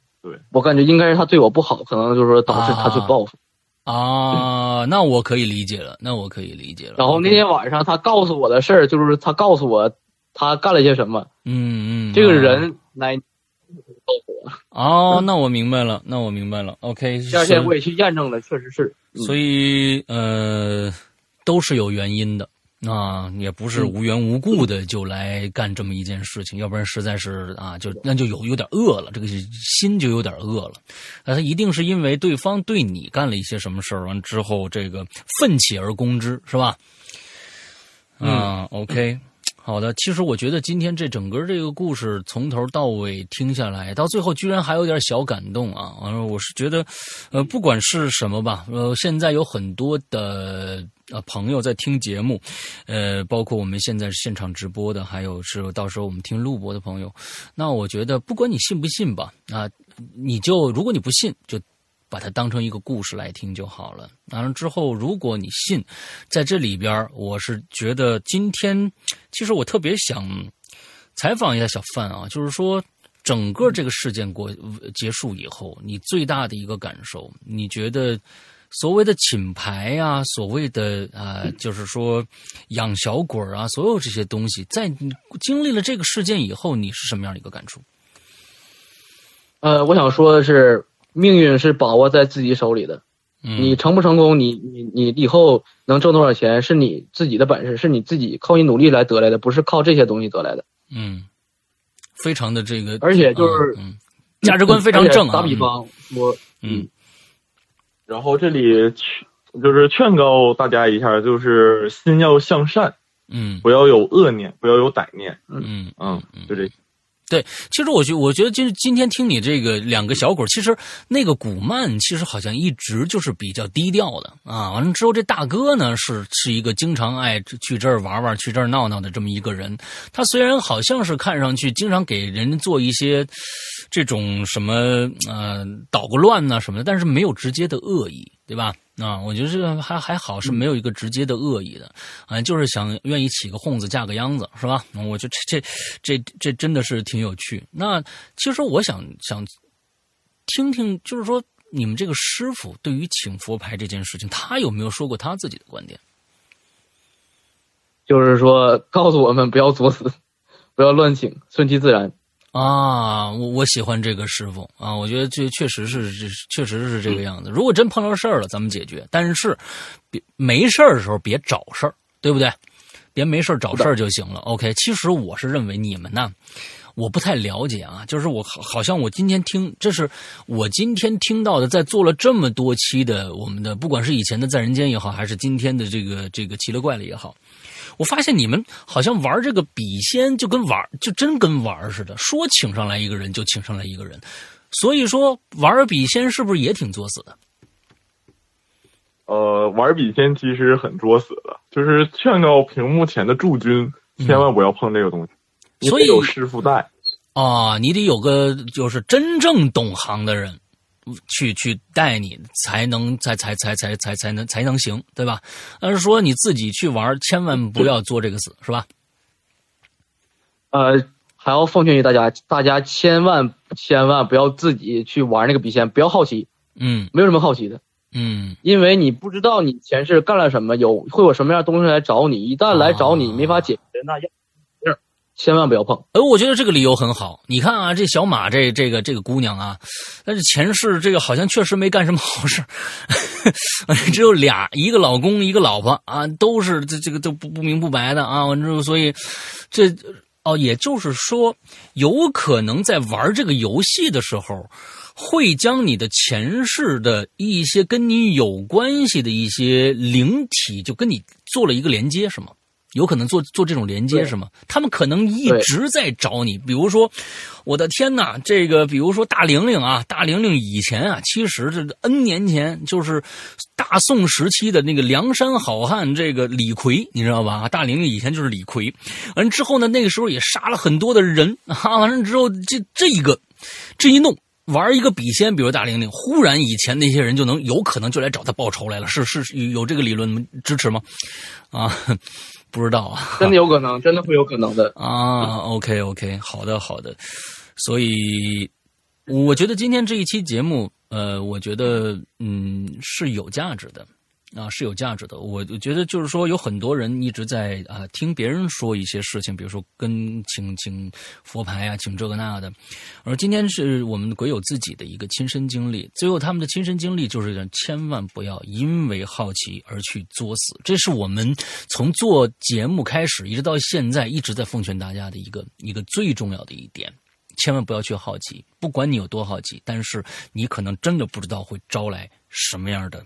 我感觉应该是他对我不好，可能就是说导致他去报复。啊，那我可以理解了，那我可以理解了。嗯然后那天晚上他告诉我的事儿，就是他告诉我他干了些什么。嗯，嗯嗯，这个人来哦，那我明白了，那我明白了。OK，第二天我也去验证了，确实是。嗯所以呃，都是有原因的。啊，也不是无缘无故的就来干这么一件事情，要不然实在是啊，就那就有有点饿了，这个心就有点饿了。那他一定是因为对方对你干了一些什么事儿，完之后这个奋起而攻之，是吧？啊、o k 好的。其实我觉得今天这整个这个故事从头到尾听下来，到最后居然还有点小感动啊！完了，我是觉得，呃，不管是什么吧，呃，现在有很多的呃朋友在听节目，呃，包括我们现在现场直播的，还有是到时候我们听录播的朋友，那我觉得不管你信不信吧，啊，你就如果你不信，就把它当成一个故事来听就好了。完了之后，如果你信，在这里边儿，我是觉得今天其实我特别想采访一下小范啊，就是说。整个这个事件过结束以后，你最大的一个感受，你觉得所谓的请牌啊，所谓的啊、呃就是说养小鬼儿啊，所有这些东西，在你经历了这个事件以后，你是什么样的一个感触？呃，我想说的是，命运是把握在自己手里的。嗯，你成不成功，你你你以后能挣多少钱，是你自己的本事，是你自己靠你努力来得来的，不是靠这些东西得来的。嗯，非常的这个，而且就是嗯嗯价值观非常正啊。打比方，我嗯，然后这里劝就是劝告大家一下，就是心要向善，嗯，不要有恶念，不要有歹念。嗯嗯，嗯，就这。其实我觉我觉得就是今天听你这个两个小鬼儿，其实那个古曼其实好像一直就是比较低调的啊。完了之后，这大哥呢是是一个经常爱去这儿玩玩、去这儿闹闹的这么一个人。他虽然好像是看上去经常给人做一些这种什么呃捣个乱呐、什么的，但是没有直接的恶意，对吧？啊，我觉得这个还还好，是没有一个直接的恶意的，啊，就是想愿意起个哄子嫁个秧子，是吧？嗯我觉得这这这这真的是挺有趣。那其实我想想听听，就是说你们这个师傅对于请佛牌这件事情，他有没有说过他自己的观点？就是说告诉我们不要作死， 不要乱请，顺其自然。啊，我我喜欢这个师傅啊，我觉得这确实是这确实是这个样子。如果真碰到事儿了，咱们解决，但是别没事儿的时候别找事儿，对不对？别没事儿找事儿就行了。OK，其实我是认为你们呢，我不太了解啊，就是我好好像我今天听，这是我今天听到的，在做了这么多期的我们的，不管是以前的在人间也好，还是今天的这个这个奇了怪了也好，我发现你们好像玩这个笔仙就跟玩儿，就真跟玩儿似的，说请上来一个人就请上来一个人，所以说玩笔仙是不是也挺作死的？呃，玩笔仙其实很作死的，就是劝告屏幕前的驻军，千万不要碰这个东西，嗯因所为以有师傅带。啊，你得有个就是真正懂行的人。去去带你才能才才才才才才能才能行，对吧？而是说你自己去玩儿，千万不要作这个死，是吧？呃，还要奉劝于大家，大家千万千万不要自己去玩那个笔仙，不要好奇，嗯没有什么好奇的。嗯，因为你不知道你前世干了什么，有会有什么样的东西来找你，一旦来找你啊没法解决，那要事儿千万不要碰。哎，我觉得这个理由很好。你看啊，这小马这这个这个姑娘啊，但是前世这个好像确实没干什么好事， 只有俩，一个老公，一个老婆啊，都是这这个都不不明不白的啊。完之后，所以这哦，也就是说，有可能在玩这个游戏的时候，会将你的前世的一些跟你有关系的一些灵体，就跟你做了一个连接，是吗？有可能做做这种连接对是吗？他们可能一对直在找你，比如说，我的天呐，这个比如说大玲玲啊，大玲玲以前啊，其实这 N 年前就是大宋时期的那个梁山好汉这个李逵，你知道吧？大玲玲以前就是李逵，完了之后呢，那个时候也杀了很多的人啊，完了之后这这一个这一弄。玩一个笔仙，比如大玲玲，忽然以前那些人就能有可能就来找他报仇来了，是是是有这个理论支持吗？啊，不知道啊，真的有可能，真的会有可能的。啊，OK OK，好的好的，所以我觉得今天这一期节目，呃，我觉得嗯是有价值的。啊，是有价值的。我我觉得就是说，有很多人一直在啊听别人说一些事情，比如说跟请请佛牌啊，请这个那的。而今天是我们鬼友自己的一个亲身经历，最后他们的亲身经历就是千万不要因为好奇而去作死，这是我们从做节目开始一直到现在一直在奉劝大家的一个 一个最重要的一点。千万不要去好奇，不管你有多好奇，但是你可能真的不知道会招来什么样的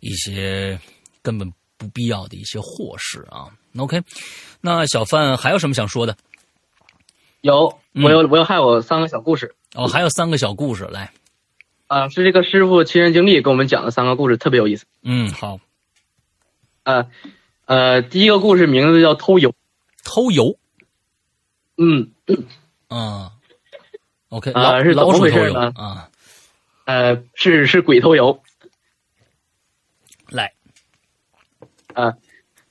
一些根本不必要的一些祸事啊。OK，那小范还有什么想说的？有，我有我有还有三个小故事哦，还有三个小故事来。啊、是这个师傅亲身经历给我们讲的三个故事，特别有意思。嗯，好，呃，呃，第一个故事名字叫偷油，偷油，嗯，嗯，OK，啊老是怎么老鼠回偷事油呢啊，呃，是是鬼偷油，来，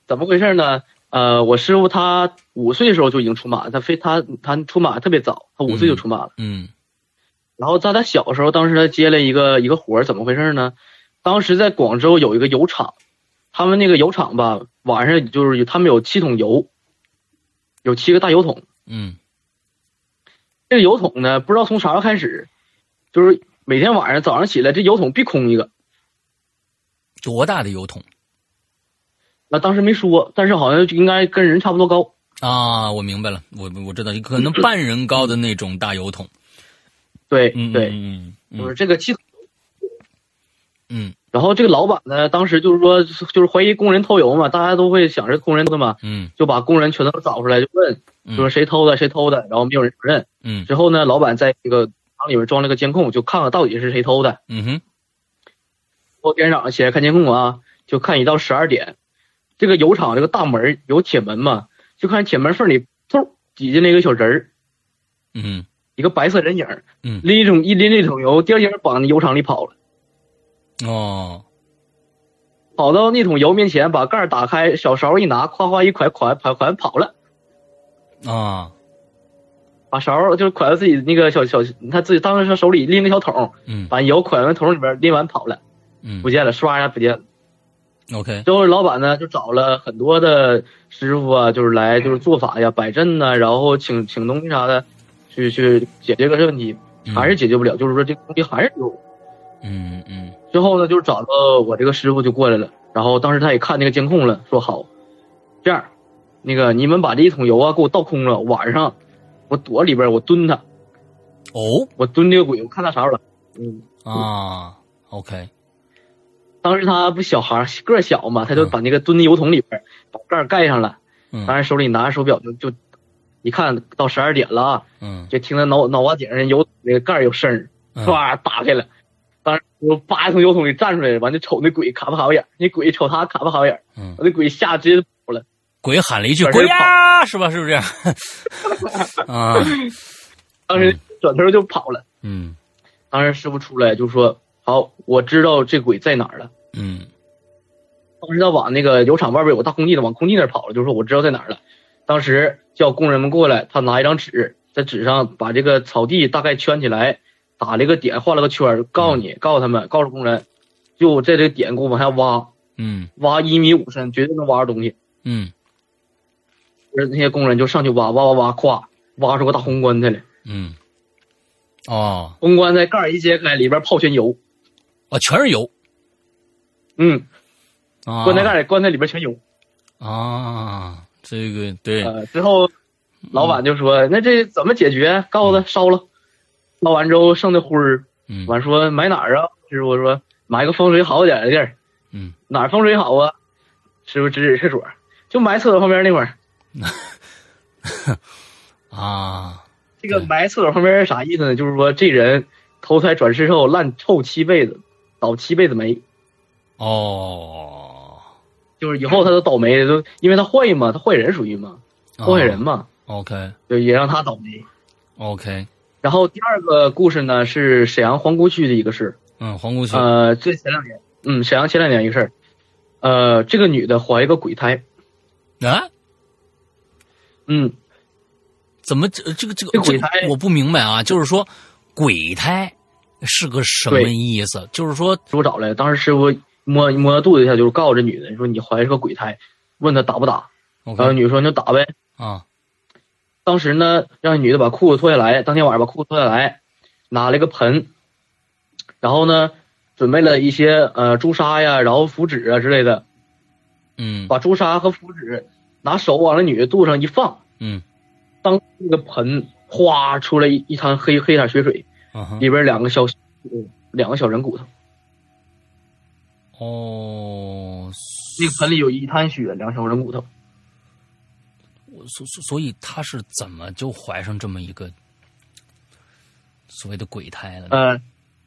怎么回事呢？呃，我师傅他五岁的时候就已经出马，他非他他出马特别早，他五岁就出马了。嗯然后在他小时候，当时他接了一个一个活儿，怎么回事呢？当时在广州有一个油厂，他们那个油厂吧，晚上就是有他们有七桶油，有七个大油桶。嗯这个油桶呢，不知道从啥时候开始，就是每天晚上早上起来，这油桶必空一个。多大的油桶那当时没说，但是好像就应该跟人差不多高。啊？我明白了，我我知道，可能半人高的那种大油桶。对嗯，对，嗯嗯就嗯是这个七桶。嗯然后这个老板呢，当时就是说，就是怀疑工人偷油嘛，大家都会想是工人偷的嘛，嗯就把工人全都找出来，就问，嗯就说谁偷的，谁偷的，然后没有人承认。嗯之后呢，老板在这个厂里面装了个监控，就看看到底是谁偷的。嗯哼我第二天早上起来看监控啊，就看一到十二点，这个油厂这个大门有铁门嘛，就看铁门缝里嗖挤进来一个小人儿，嗯一个白色人影儿，嗯拎一桶一拎那桶油，第二天往那油厂里跑了，哦跑到那桶油面前，把盖儿打开，小勺一拿，夸夸一㧟㧟㧟㧟跑了，啊把勺儿就是㧟到自己那个小小，他自己当时他手里拎个小桶，嗯把油㧟到桶里边拎完跑了，嗯不见了，唰一下不见了。 OK 之后老板呢就找了很多的师傅啊，就是来就是做法呀、摆阵呐、然后请请东西啥的，去去解决这个问题，嗯还是解决不了，就是说这个东西还是有。嗯嗯之后呢，就是找到我这个师傅就过来了，然后当时他也看那个监控了，说好，这样，那个你们把这一桶油啊给我倒空了，晚上我躲里边，我蹲它，哦我蹲这个鬼，我看他啥时候来。嗯，啊 OK 当时他不小孩儿个儿小嘛，他就嗯把那个蹲进油桶里边，把盖儿盖上了。嗯当时手里拿着手表就就，一看到十二点了啊，嗯就听到脑脑瓜顶上有那个盖儿有声儿，嗯唰打开了，当时我叭从油桶里站出来，完就瞅那鬼卡不卡巴眼儿，那鬼瞅他卡不卡巴眼儿，嗯我那鬼吓直接跑了。鬼喊了一句转身鬼呀是吧是不是这样 啊当时转头就跑了。嗯当时师傅出来就说：“好，我知道这鬼在哪儿了。嗯”当时他往那个油厂外边有个大空地的，往空地那儿跑了，就说我知道在哪儿了。当时叫工人们过来，他拿一张纸，在纸上把这个草地大概圈起来，打了一个点，画了个圈儿，告诉你，告诉他们，告诉工人，就在这个点给我往下挖，嗯挖一米五深，绝对能挖着东西。嗯就是那些工人就上去挖，挖挖挖，咵，挖出个大红棺材来，嗯哦红棺材盖儿一揭开，里边泡全油，哦全是油嗯，啊棺材盖儿棺材里边全油。啊这个对呃，之后老板就说：“那这怎么解决？啊告诉他烧了，烧完之后剩的灰儿，嗯完说埋哪儿啊？”师傅说：“埋个风水好点儿的地儿。”嗯，哪儿风水好啊？师傅指指厕所，就埋厕所旁边那块儿。啊这个对埋厕所旁边是啥意思呢？就是说这人投胎转世后烂臭七辈子，倒七辈子霉，哦就是以后他都倒霉，都因为他坏嘛，他坏人属于嘛，哦坏人嘛嘛， OK 就也让他倒霉。 OK 然后第二个故事呢是沈阳皇姑区的一个事儿。嗯黄姑区呃，这前两年，嗯，沈阳前两年一个事儿，呃，这个女的怀一个鬼胎，啊。嗯，怎么这这个这这个鬼这个胎我不明白啊，就是说鬼胎是个什么意思？就是说，师傅找来，当时师傅摸摸肚子一下，就是告诉这女的，说你怀是个鬼胎，问她打不打，我然后看女的说那就打呗。啊，当时呢，让女的把裤子脱下来，当天晚上把裤子脱下来，拿了一个盆，然后呢，准备了一些呃朱砂呀，然后符纸啊之类的，嗯把朱砂和符纸拿手往那女的肚子上一放，嗯当那个盆哗出来一一滩黑黑色血水，嗯哼，里边两个小嗯两个小人骨头，哦，那个盆里有一滩血，两个小人骨头。所所所以他是怎么就怀上这么一个所谓的鬼胎了呢？呃，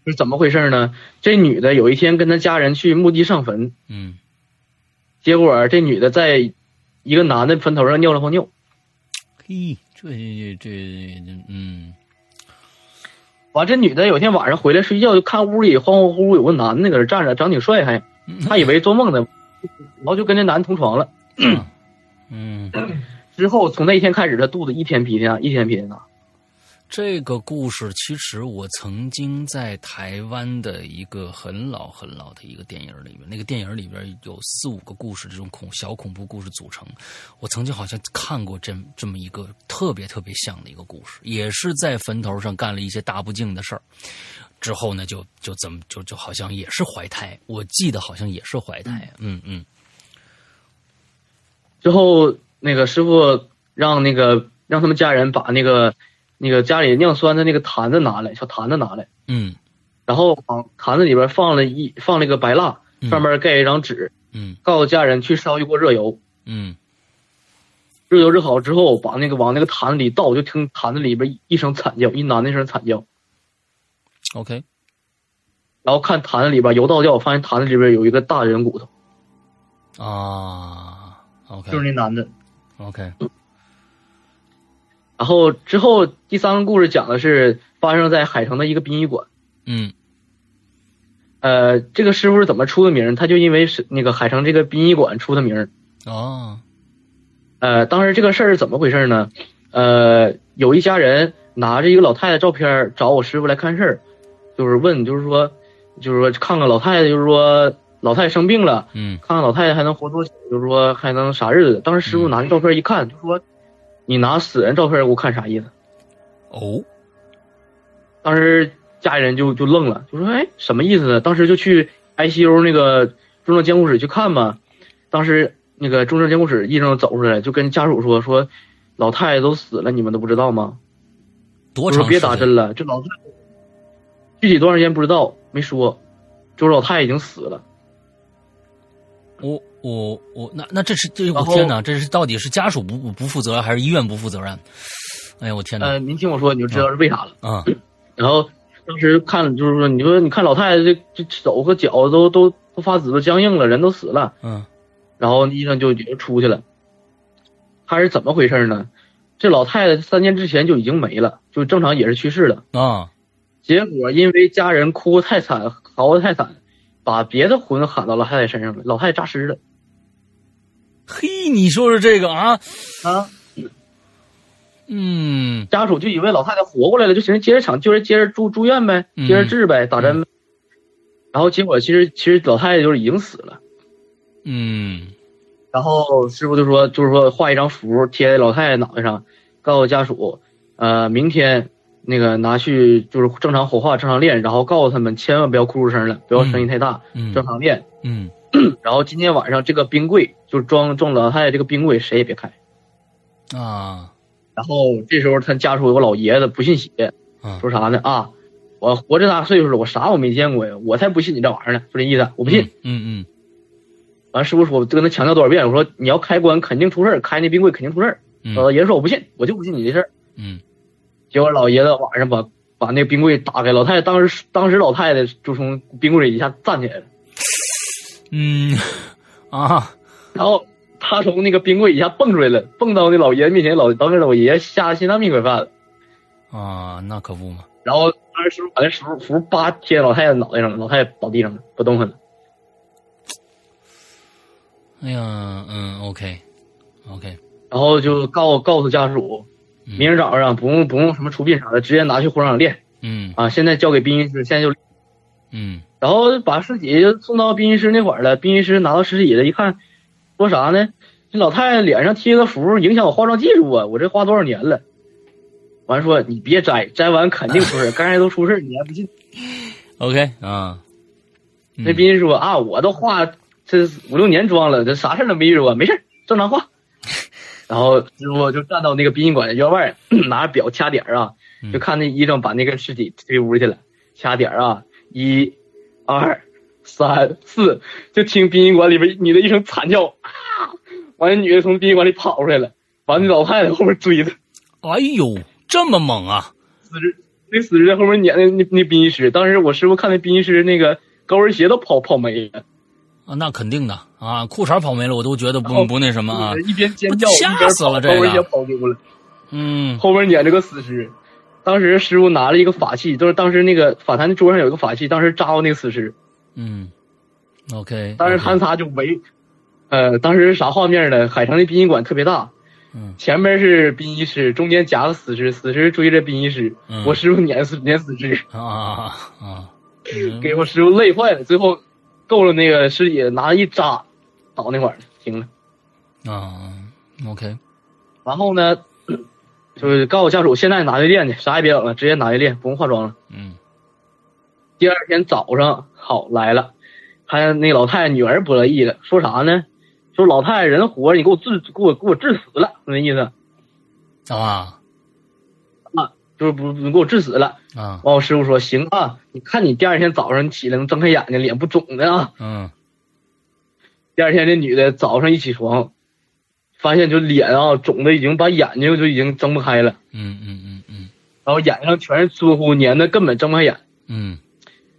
是怎么回事呢？这女的有一天跟她家人去墓地上坟，嗯，结果啊这女的在一个男的坟头上尿了泡尿。嘿，这这这，嗯完，这女的有一天晚上回来睡觉，就看屋里恍恍惚惚有个男的搁这站着，长挺帅还，嗯她以为做梦呢，然后就跟这男的同床了。嗯，之后从那一天开始，她肚子一天比一天大，一天比一天大。这个故事其实我曾经在台湾的一个很老很老的一个电影里面，那个电影里边有四五个故事，这种恐小恐怖故事组成。我曾经好像看过这这么一个特别特别像的一个故事，也是在坟头上干了一些大不敬的事儿，之后呢，就就怎么就就好像也是怀胎，我记得好像也是怀胎，嗯嗯之后那个师傅让那个让他们家人把那个那个家里酿酸的那个坛子拿来，小坛子拿来，嗯然后往坛子里边放了一放了一个白蜡，嗯上面盖一张纸，嗯告诉家人去烧一锅热油，嗯，热油热好之后，把那个往那个坛子里倒，就听坛子里边一声惨叫，一男的一声惨叫， OK，然后看坛子里边油倒掉，发现坛子里边有一个大人骨头，啊，OK 就是那男的。 OK，然后之后第三个故事讲的是发生在海城的一个殡仪馆，嗯呃，这个师傅是怎么出的名儿？他就因为是那个海城这个殡仪馆出的名儿。哦，呃，当时这个事儿是怎么回事呢？呃，有一家人拿着一个老太太照片儿找我师傅来看事儿，就是问，就是说，就是说看看老太太，就是说老太太生病了，嗯看看老太太还能活多久，就是说还能啥日子。当时师傅拿那照片一看，就说你拿死人照片给我看啥意思？哦。当时家里人就就愣了，就说：“哎，什么意思呢？”当时就去 ICU 那个重症监护室去看嘛。当时那个重症监护室医生走出来，就跟家属说：“说老太太都死了，你们都不知道吗？多我长说时别间？打针了，这老太太具体多长时间不知道，没说，就是老太太已经死了。我我我，那那这是这我然后天哪！这是到底是家属不不负责，还是医院不负责任？哎呀，我天哪！呃，您听我说，你就知道是为啥了。啊然后当时看就是说，你说你看老太太这这手和脚都都都发紫都僵硬了，人都死了。嗯然后医生就也就出去了。他是怎么回事呢？这老太太三天之前就已经没了，就正常也是去世了。啊结果因为家人哭太惨，嚎得太惨，把别的魂喊到老太太身上了，老太太诈尸了嘿，你说说这个啊？啊！嗯家属就以为老太太活过来了，就寻思接着抢，就是接着住住院呗，嗯接着治呗，打针呗。然后结果其实其实老太太就是已经死了。嗯然后师傅就说，就是说画一张符贴在老太太脑袋上，告诉家属，呃，明天那个拿去就是正常火化、正常练，然后告诉他们千万不要哭出声了，不要声音太大，嗯正常练。嗯，然后今天晚上这个冰柜就是装装老太太这个冰柜谁也别开。啊然后这时候他家属有个老爷子不信邪，啊说啥呢啊？我活这大岁数了，我啥我没见过呀，我才不信你这玩意儿呢，就这意思，我不信。嗯嗯完、师傅说，我就跟他强调多少遍，我说你要开关肯定出事儿，开那冰柜肯定出事儿。嗯老爷子说我不信，我就不信你这事儿。嗯结果老爷子晚上把把那个冰柜打开，老太太当时当时老太太就从冰柜里一下站起来了，嗯嗯啊然后她从那个冰柜一下蹦出来了，蹦到那老爷子面前，老当时老爷子吓得心脏病快犯了。啊，那可不嘛！然后当时师傅把那符符叭贴老太太脑袋上了，老太太倒地上了，不动弹了。哎呀，嗯，OK OK，然后就告告诉家属，嗯明儿早上不用不用什么出殡啥的，直接拿去火葬场练。嗯啊，现在交给殡仪师，现在就嗯然后把尸体就送到殡仪师那块儿了。殡仪师拿到尸体了，一看，说啥呢？这老太太脸上贴个符，影响我化妆技术啊！我这花多少年了？完说你别摘，摘完肯定出事儿，刚才都出事儿，你还不信？ ，OK 啊，嗯那殡仪师说啊，我都化这五六年妆了，这啥事儿都没遇着过，啊没事儿，正常化。然后师傅就站到那个殡仪馆的院 外，拿着表掐点儿啊，就看那医生把那个尸体推屋去了，掐点儿啊，一、二、三、四，就听殡仪馆里边女的一声惨叫，啊！完了，女的从殡仪馆里跑出来了，完了，那老太太后边追她，哎呦，这么猛啊！死尸那死尸在后面撵那那那殡仪师，当时我师傅看那殡仪师那个高跟鞋都跑跑没了，啊，那肯定的啊，裤衩跑没了，我都觉得然后不不那什么啊。一边尖叫吓一边死了跑这个高跟鞋跑丢了。嗯后面撵着个死尸。当时师傅拿了一个法器，就是当时那个法坛桌上有一个法器，当时扎过那个死尸。嗯，OK。当时他们仨就围，呃，当时是啥画面呢？海城的殡仪馆特别大，嗯前面是殡仪师，中间夹个死尸，死尸追着殡仪师，嗯我师傅撵死撵死尸，啊啊啊啊！嗯给我师傅累坏了。最后够了那个尸体，拿一扎，倒那块儿了，停了。啊，OK。然后呢， 就是告诉家属，现在拿去练去，啥也别整了，直接拿去练，不用化妆了。嗯第二天早上，好来了，他那老太太女儿不乐意了，说啥呢？说老太太人活着，你给我治，给我给我治死了，那意思啊就是不你给我治死了。啊完，我师傅说行啊，你看你第二天早上你起来能睁开眼睛，脸不肿的啊。嗯第二天这女的早上一起床，发现就脸啊肿的已经把眼睛就已经睁不开了，嗯嗯嗯嗯然后眼上全是疏忽粘的，根本睁不开眼。嗯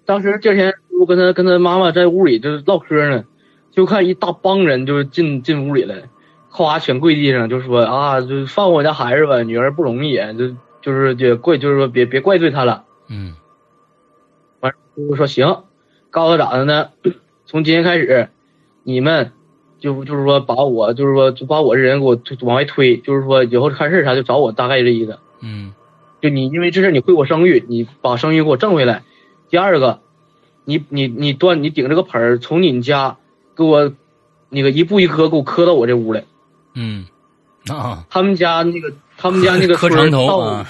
当时第二天，我跟他跟他妈妈在屋里就是唠嗑呢，就看一大帮人就是进进屋里来，夸全跪地上，就说啊，就放我家孩子吧，女儿不容易，啊就就是也怪，就是说别别怪罪她了。嗯完，我说行，告诉他咋的呢？从今天开始，你们就就是说把我就是说就把我这人给我推往外推，就是说以后看事儿啥就找我，大概这意思。嗯就你因为这事儿你毁我声誉，你把声誉给我挣回来。第二个，你你你端你顶着个盆儿从你家给我那个一步一磕给我磕到我这屋来。嗯啊，他们家那个他们家那个磕村长头儿到、啊，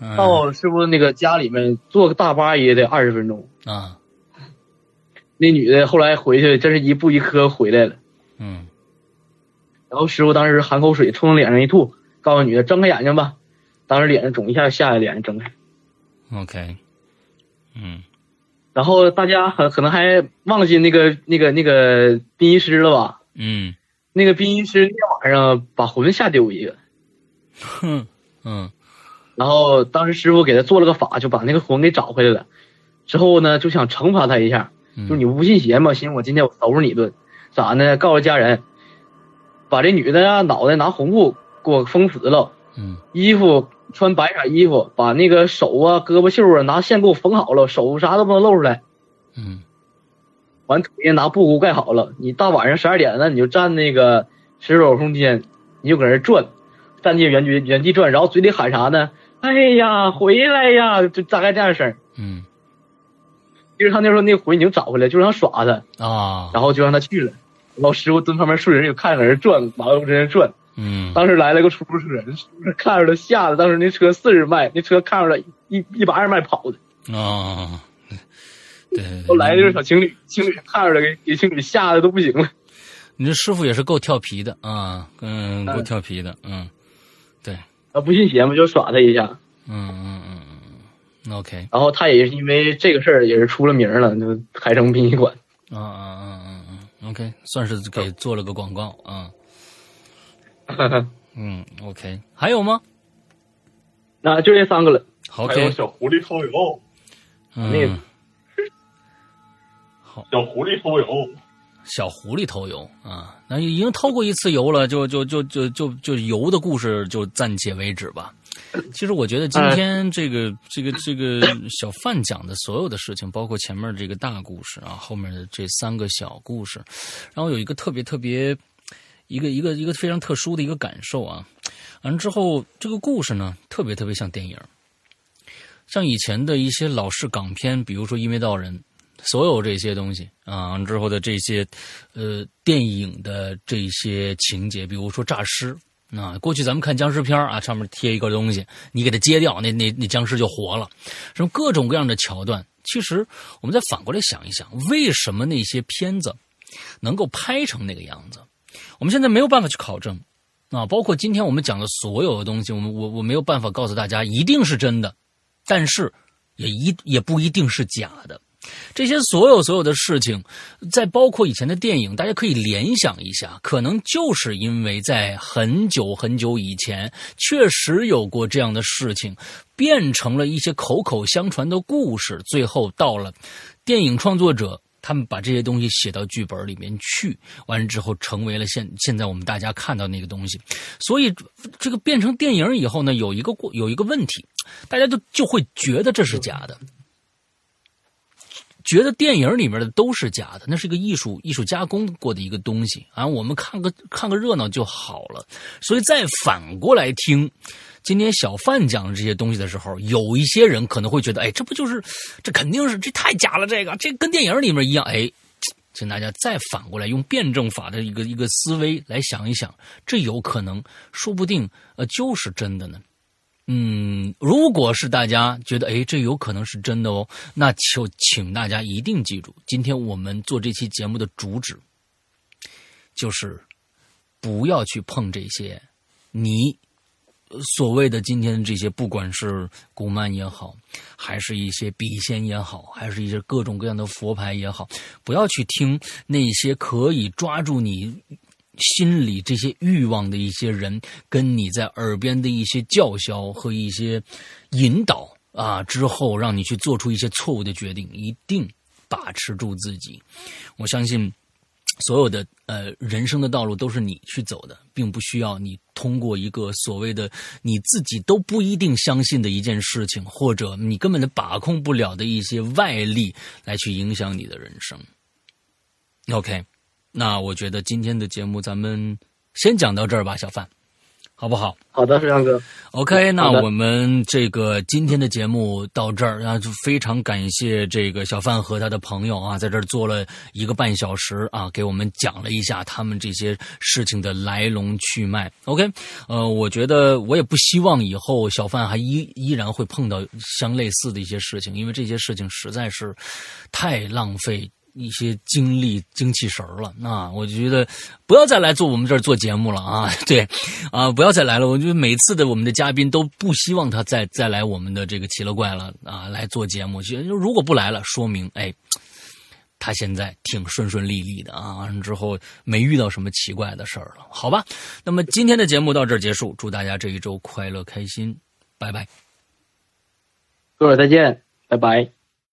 嗯到是不是那个家里面坐个大巴也得二十分钟？啊那女的后来回去真是一步一磕回来了。嗯然后师傅当时含口水冲脸上一吐，告诉女的睁开眼睛吧。当时脸上肿一下，吓得脸上睁开。 OK，嗯然后大家很可能还忘记那个那个那个殡仪师了吧？嗯那个殡仪师那天晚上把魂吓丢一个，哼嗯然后当时师傅给他做了个法，就把那个魂给找回来了。之后呢，就想惩罚他一下，嗯就是你不信邪嘛，寻思我今天我收拾你一顿，咋呢？告诉家人，把这女的啊脑袋拿红布给我封死了，嗯衣服穿白色衣服，把那个手啊、胳膊袖啊拿线给我缝好了，手啥都不能露出来。嗯完腿也拿布给我盖好了。你大晚上十二点了，你就站那个洗手空间，你就搁那儿转，站地原地原地转，然后嘴里喊啥呢？哎呀，回来呀！就大概这样的声儿。嗯其实他那时候那个魂已经找回来，就想耍他，啊然后就让他去了。然后师傅蹲旁边顺着就看搁那转，马路在那转。嗯当时来了个出租车，出租车 看着他吓得，当时那车四十迈，那车看着他一一百二十迈跑的。啊，对对后对，来就是小情侣，情侣看着他给给情侣吓得都不行了。你这师傅也是够调皮的啊，嗯，够调皮的，嗯，对，啊，不信邪嘛，就耍他一下。嗯嗯嗯嗯嗯，OK，然后他也是因为这个事儿也是出了名儿了，就海城殡仪馆。啊啊啊啊啊，OK，算是给做了个广告啊，嗯，OK，还有吗那就这三个了。还有？OK，小狐狸偷油，嗯，小狐狸偷油，小狐狸偷油啊，那已经偷过一次油了，就就就就就就油的故事就暂且为止吧。其实我觉得今天这个、这个这个小范讲的所有的事情，包括前面这个大故事啊，后面的这三个小故事，然后有一个特别特别一个一个一个非常特殊的一个感受啊。完了之后，这个故事呢，特别特别像电影。像以前的一些老式港片，比如说《一眉道人》，所有这些东西啊、之后的这些呃电影的这些情节，比如说诈尸。啊，过去咱们看僵尸片儿啊，上面贴一个东西，你给它揭掉，那那那僵尸就活了。什么各种各样的桥段，其实我们再反过来想一想，为什么那些片子能够拍成那个样子？我们现在没有办法去考证啊，包括今天我们讲的所有的东西，我们我我没有办法告诉大家一定是真的，但是也一也不一定是假的。这些所有所有的事情，在包括以前的电影，大家可以联想一下，可能就是因为在很久很久以前，确实有过这样的事情，变成了一些口口相传的故事，最后到了电影创作者。他们把这些东西写到剧本里面去，完了之后成为了现现在我们大家看到那个东西，所以这个变成电影以后呢，有一个过有一个问题，大家就就会觉得这是假的，觉得电影里面的都是假的，那是一个艺术艺术加工过的一个东西啊，我们看个看个热闹就好了。所以再反过来听今天小范讲的这些东西的时候，有一些人可能会觉得，哎，这不就是这肯定是这太假了，这个这跟电影里面一样，哎。请大家再反过来用辩证法的一个一个思维来想一想，这有可能，说不定呃就是真的呢。嗯，如果是大家觉得，哎，这有可能是真的哦，那就请大家一定记住，今天我们做这期节目的主旨就是不要去碰这些你所谓的今天这些，不管是古曼也好，还是一些笔仙也好，还是一些各种各样的佛牌也好，不要去听那些可以抓住你心里这些欲望的一些人跟你在耳边的一些叫嚣和一些引导啊，之后让你去做出一些错误的决定，一定把持住自己。我相信。所有的呃人生的道路都是你去走的，并不需要你通过一个所谓的你自己都不一定相信的一件事情，或者你根本的把控不了的一些外力来去影响你的人生。OK，那我觉得今天的节目咱们先讲到这儿吧，小范，好不好？好的，石阳哥， OK，那嗯好的我们这个今天的节目到这儿，那就非常感谢这个小范和他的朋友啊，在这儿做了一个半小时啊，给我们讲了一下他们这些事情的来龙去脉。OK，呃，我觉得我也不希望以后小范还依依然会碰到相类似的一些事情，因为这些事情实在是太浪费一些精力、精气神儿了。那我觉得不要再来做我们这儿做节目了啊！ 对，啊，不要再来了。我觉得每次的我们的嘉宾都不希望他再再来我们的这个奇了怪了啊来做节目。其实如果不来了，说明哎。他现在挺顺顺利利的啊，完了之后没遇到什么奇怪的事儿了，好吧？那么今天的节目到这儿结束，祝大家这一周快乐开心，拜拜。各位再见，拜拜。